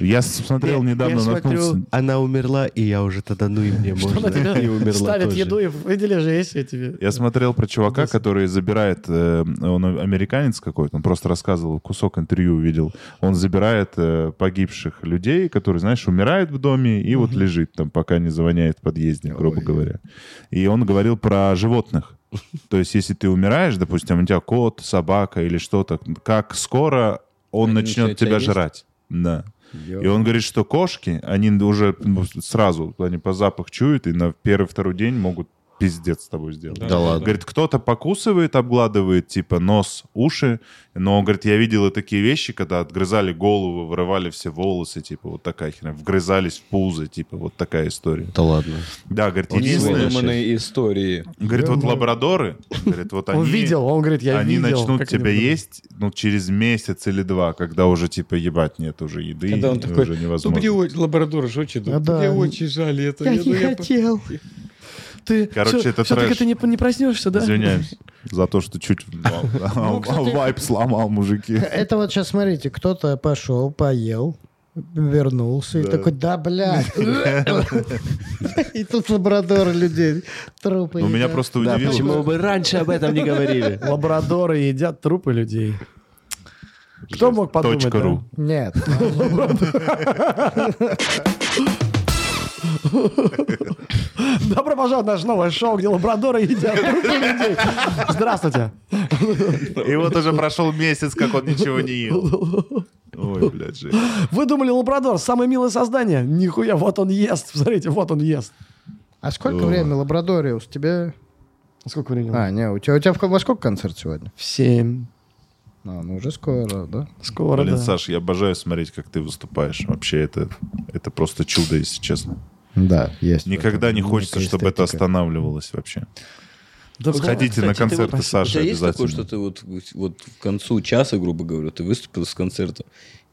Speaker 1: Я смотрел
Speaker 3: Я- я
Speaker 1: недавно,
Speaker 3: смотрю,
Speaker 1: наткнулся.
Speaker 5: Она умерла, и я уже тогда, ну и мне
Speaker 3: Что она
Speaker 5: можно. И
Speaker 3: тебе
Speaker 5: умерла
Speaker 3: ставит
Speaker 5: тоже.
Speaker 3: еду и выдели же, если тебе.
Speaker 1: Я смотрел про чувака, который забирает, э, он американец какой-то, он просто рассказывал, кусок интервью увидел. Он забирает э, погибших людей, которые, знаешь, умирают в доме и вот лежит там, пока не завоняет в подъезде, грубо говоря. И он говорил про животных. То есть, если ты умираешь, допустим, у тебя кот, собака или что-то, как скоро он
Speaker 2: Они
Speaker 1: начнет
Speaker 2: начинают тебя
Speaker 1: тебя
Speaker 2: есть?
Speaker 1: жрать. Да. И он говорит, что кошки, они уже ну, сразу, они по запах чуют и на первый-второй день могут пиздец с тобой сделать.
Speaker 2: Да ладно.
Speaker 1: Говорит, кто-то покусывает, обгладывает, типа, нос, уши, но, говорит, я видел и такие вещи, когда отгрызали голову, вырывали все волосы, типа, вот такая херня, вгрызались в пузо, типа, вот такая история.
Speaker 5: Да ладно.
Speaker 1: Да, говорит, единственное,
Speaker 2: Выдуманные истории.
Speaker 1: говорит, вот лабрадоры, говорит, вот они...
Speaker 3: Он видел, он говорит, я
Speaker 1: они
Speaker 3: видел.
Speaker 1: начнут
Speaker 3: как
Speaker 1: тебя
Speaker 3: они будут.
Speaker 1: есть, ну, через месяц или два, когда уже, типа, ебать, нет уже еды,
Speaker 2: Когда он
Speaker 1: и
Speaker 2: такой,
Speaker 1: уже
Speaker 7: Ну, мне
Speaker 1: невозможно.
Speaker 7: очень, лабрадор же очень,
Speaker 6: А, да.
Speaker 7: мне очень жаль это.
Speaker 6: Я
Speaker 7: Я- ну,
Speaker 6: не
Speaker 7: я по-
Speaker 6: хотел.
Speaker 3: Ты
Speaker 1: Короче,
Speaker 3: всё-
Speaker 1: это
Speaker 3: всё-таки
Speaker 1: трэш.
Speaker 3: ты не, не проснешься, да?
Speaker 1: Извиняюсь за то, что чуть
Speaker 2: Ну,
Speaker 1: вайп сломал, мужики.
Speaker 6: Это вот сейчас смотрите, кто-то пошел, поел, вернулся и такой, да, блядь. И тут лабрадоры людей, трупы.
Speaker 1: Ну, меня
Speaker 6: едят.
Speaker 1: просто
Speaker 5: Да,
Speaker 1: удивило.
Speaker 5: почему вы раньше об этом не говорили?
Speaker 3: Лабрадоры едят трупы людей. Кто мог подумать?
Speaker 1: Точка
Speaker 3: да?
Speaker 1: ру.
Speaker 6: Нет. ну,
Speaker 3: Добро пожаловать в наше новое шоу, где лабрадоры едят трупы людей. Здравствуйте.
Speaker 1: И вот уже прошел месяц, как он ничего не ел. Ой, блядь, жесть.
Speaker 3: Вы думали, лабрадор самое милое создание? Нихуя, вот он ест. Смотрите, вот он ест.
Speaker 6: А сколько времени, Лабрадориус? Тебе...
Speaker 3: Сколько времени?
Speaker 6: А, не, у тебя, у тебя в ко- во сколько концерт сегодня?
Speaker 3: В семь.
Speaker 6: А, ну уже скоро, да?
Speaker 3: Скоро,
Speaker 1: Блин,
Speaker 3: да.
Speaker 1: Саш, я обожаю смотреть, как ты выступаешь. Вообще, это, это просто чудо, если честно.
Speaker 4: Да, есть.
Speaker 1: Никогда не
Speaker 4: Некая
Speaker 1: хочется, чтобы это
Speaker 4: эстетика.
Speaker 1: останавливалось вообще.
Speaker 3: Да,
Speaker 1: Сходите на
Speaker 2: Ну, Кстати, ты вот-
Speaker 1: концерты
Speaker 4: А
Speaker 2: У
Speaker 1: Саши
Speaker 2: тебя а есть такое, что
Speaker 1: обязательно.
Speaker 2: ты вот, вот к концу часа, грубо говоря, ты выступил с концерта,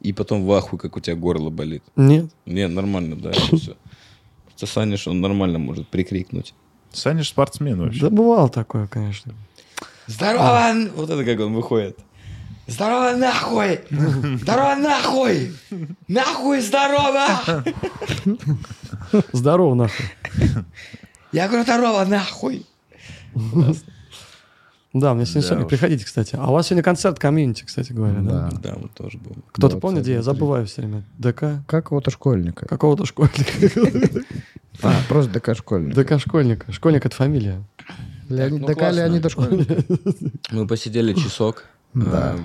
Speaker 2: и потом в ахуе, как у тебя горло болит.
Speaker 3: Нет.
Speaker 2: Не, нормально, да, это все. Просто Саниш, он нормально может прикрикнуть.
Speaker 1: Саня ж спортсмен
Speaker 3: Да
Speaker 1: вообще.
Speaker 3: бывало такое, конечно.
Speaker 2: Здорово! н- Вот это как он выходит. Здорово нахуй! Здорово нахуй! Нахуй здорово!
Speaker 3: Здорово, нахуй.
Speaker 2: Я говорю здорово нахуй!
Speaker 3: Да, мне сегодня
Speaker 1: Да
Speaker 3: сольник.
Speaker 1: уж.
Speaker 3: Приходите, кстати. А у вас сегодня концерт комьюнити, кстати говоря, да?
Speaker 4: Да.
Speaker 2: Да, он тоже был.
Speaker 3: Кто-то
Speaker 4: 20,
Speaker 3: помнит, где я
Speaker 4: 23.
Speaker 3: забываю все время? ДК?
Speaker 4: Как вот у школьника.
Speaker 3: Какого-то школьника.
Speaker 4: А, просто ДК школьника.
Speaker 3: ДК школьника. Школьник — это фамилия.
Speaker 6: Леонид,
Speaker 2: ну
Speaker 6: ДК
Speaker 2: классно.
Speaker 6: Леонида Школьника.
Speaker 2: Мы посидели часок.
Speaker 4: Да.
Speaker 2: Э,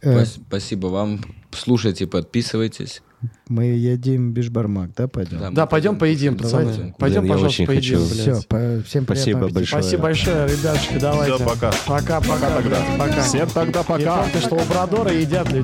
Speaker 4: Э,
Speaker 2: пас- Спасибо вам. Слушайте, подписывайтесь.
Speaker 4: Мы едим бишбармак, да, пойдем?
Speaker 2: мы
Speaker 3: Да, пойдем поедим,
Speaker 4: Давайте.
Speaker 3: пацаны. Пойдем,
Speaker 5: Блин, я
Speaker 3: пожалуйста,
Speaker 5: очень
Speaker 3: поедим,
Speaker 5: хочу.
Speaker 4: Все,
Speaker 3: блядь.
Speaker 4: всем
Speaker 5: Спасибо
Speaker 4: приятного аппетита.
Speaker 5: большое.
Speaker 3: Спасибо большое, ребятушки, давайте.
Speaker 1: Всё, пока.
Speaker 3: Пока, пока, блядь, пока.
Speaker 1: Всем тогда
Speaker 3: И
Speaker 1: пока.
Speaker 3: помните, что лабрадоры едят людей.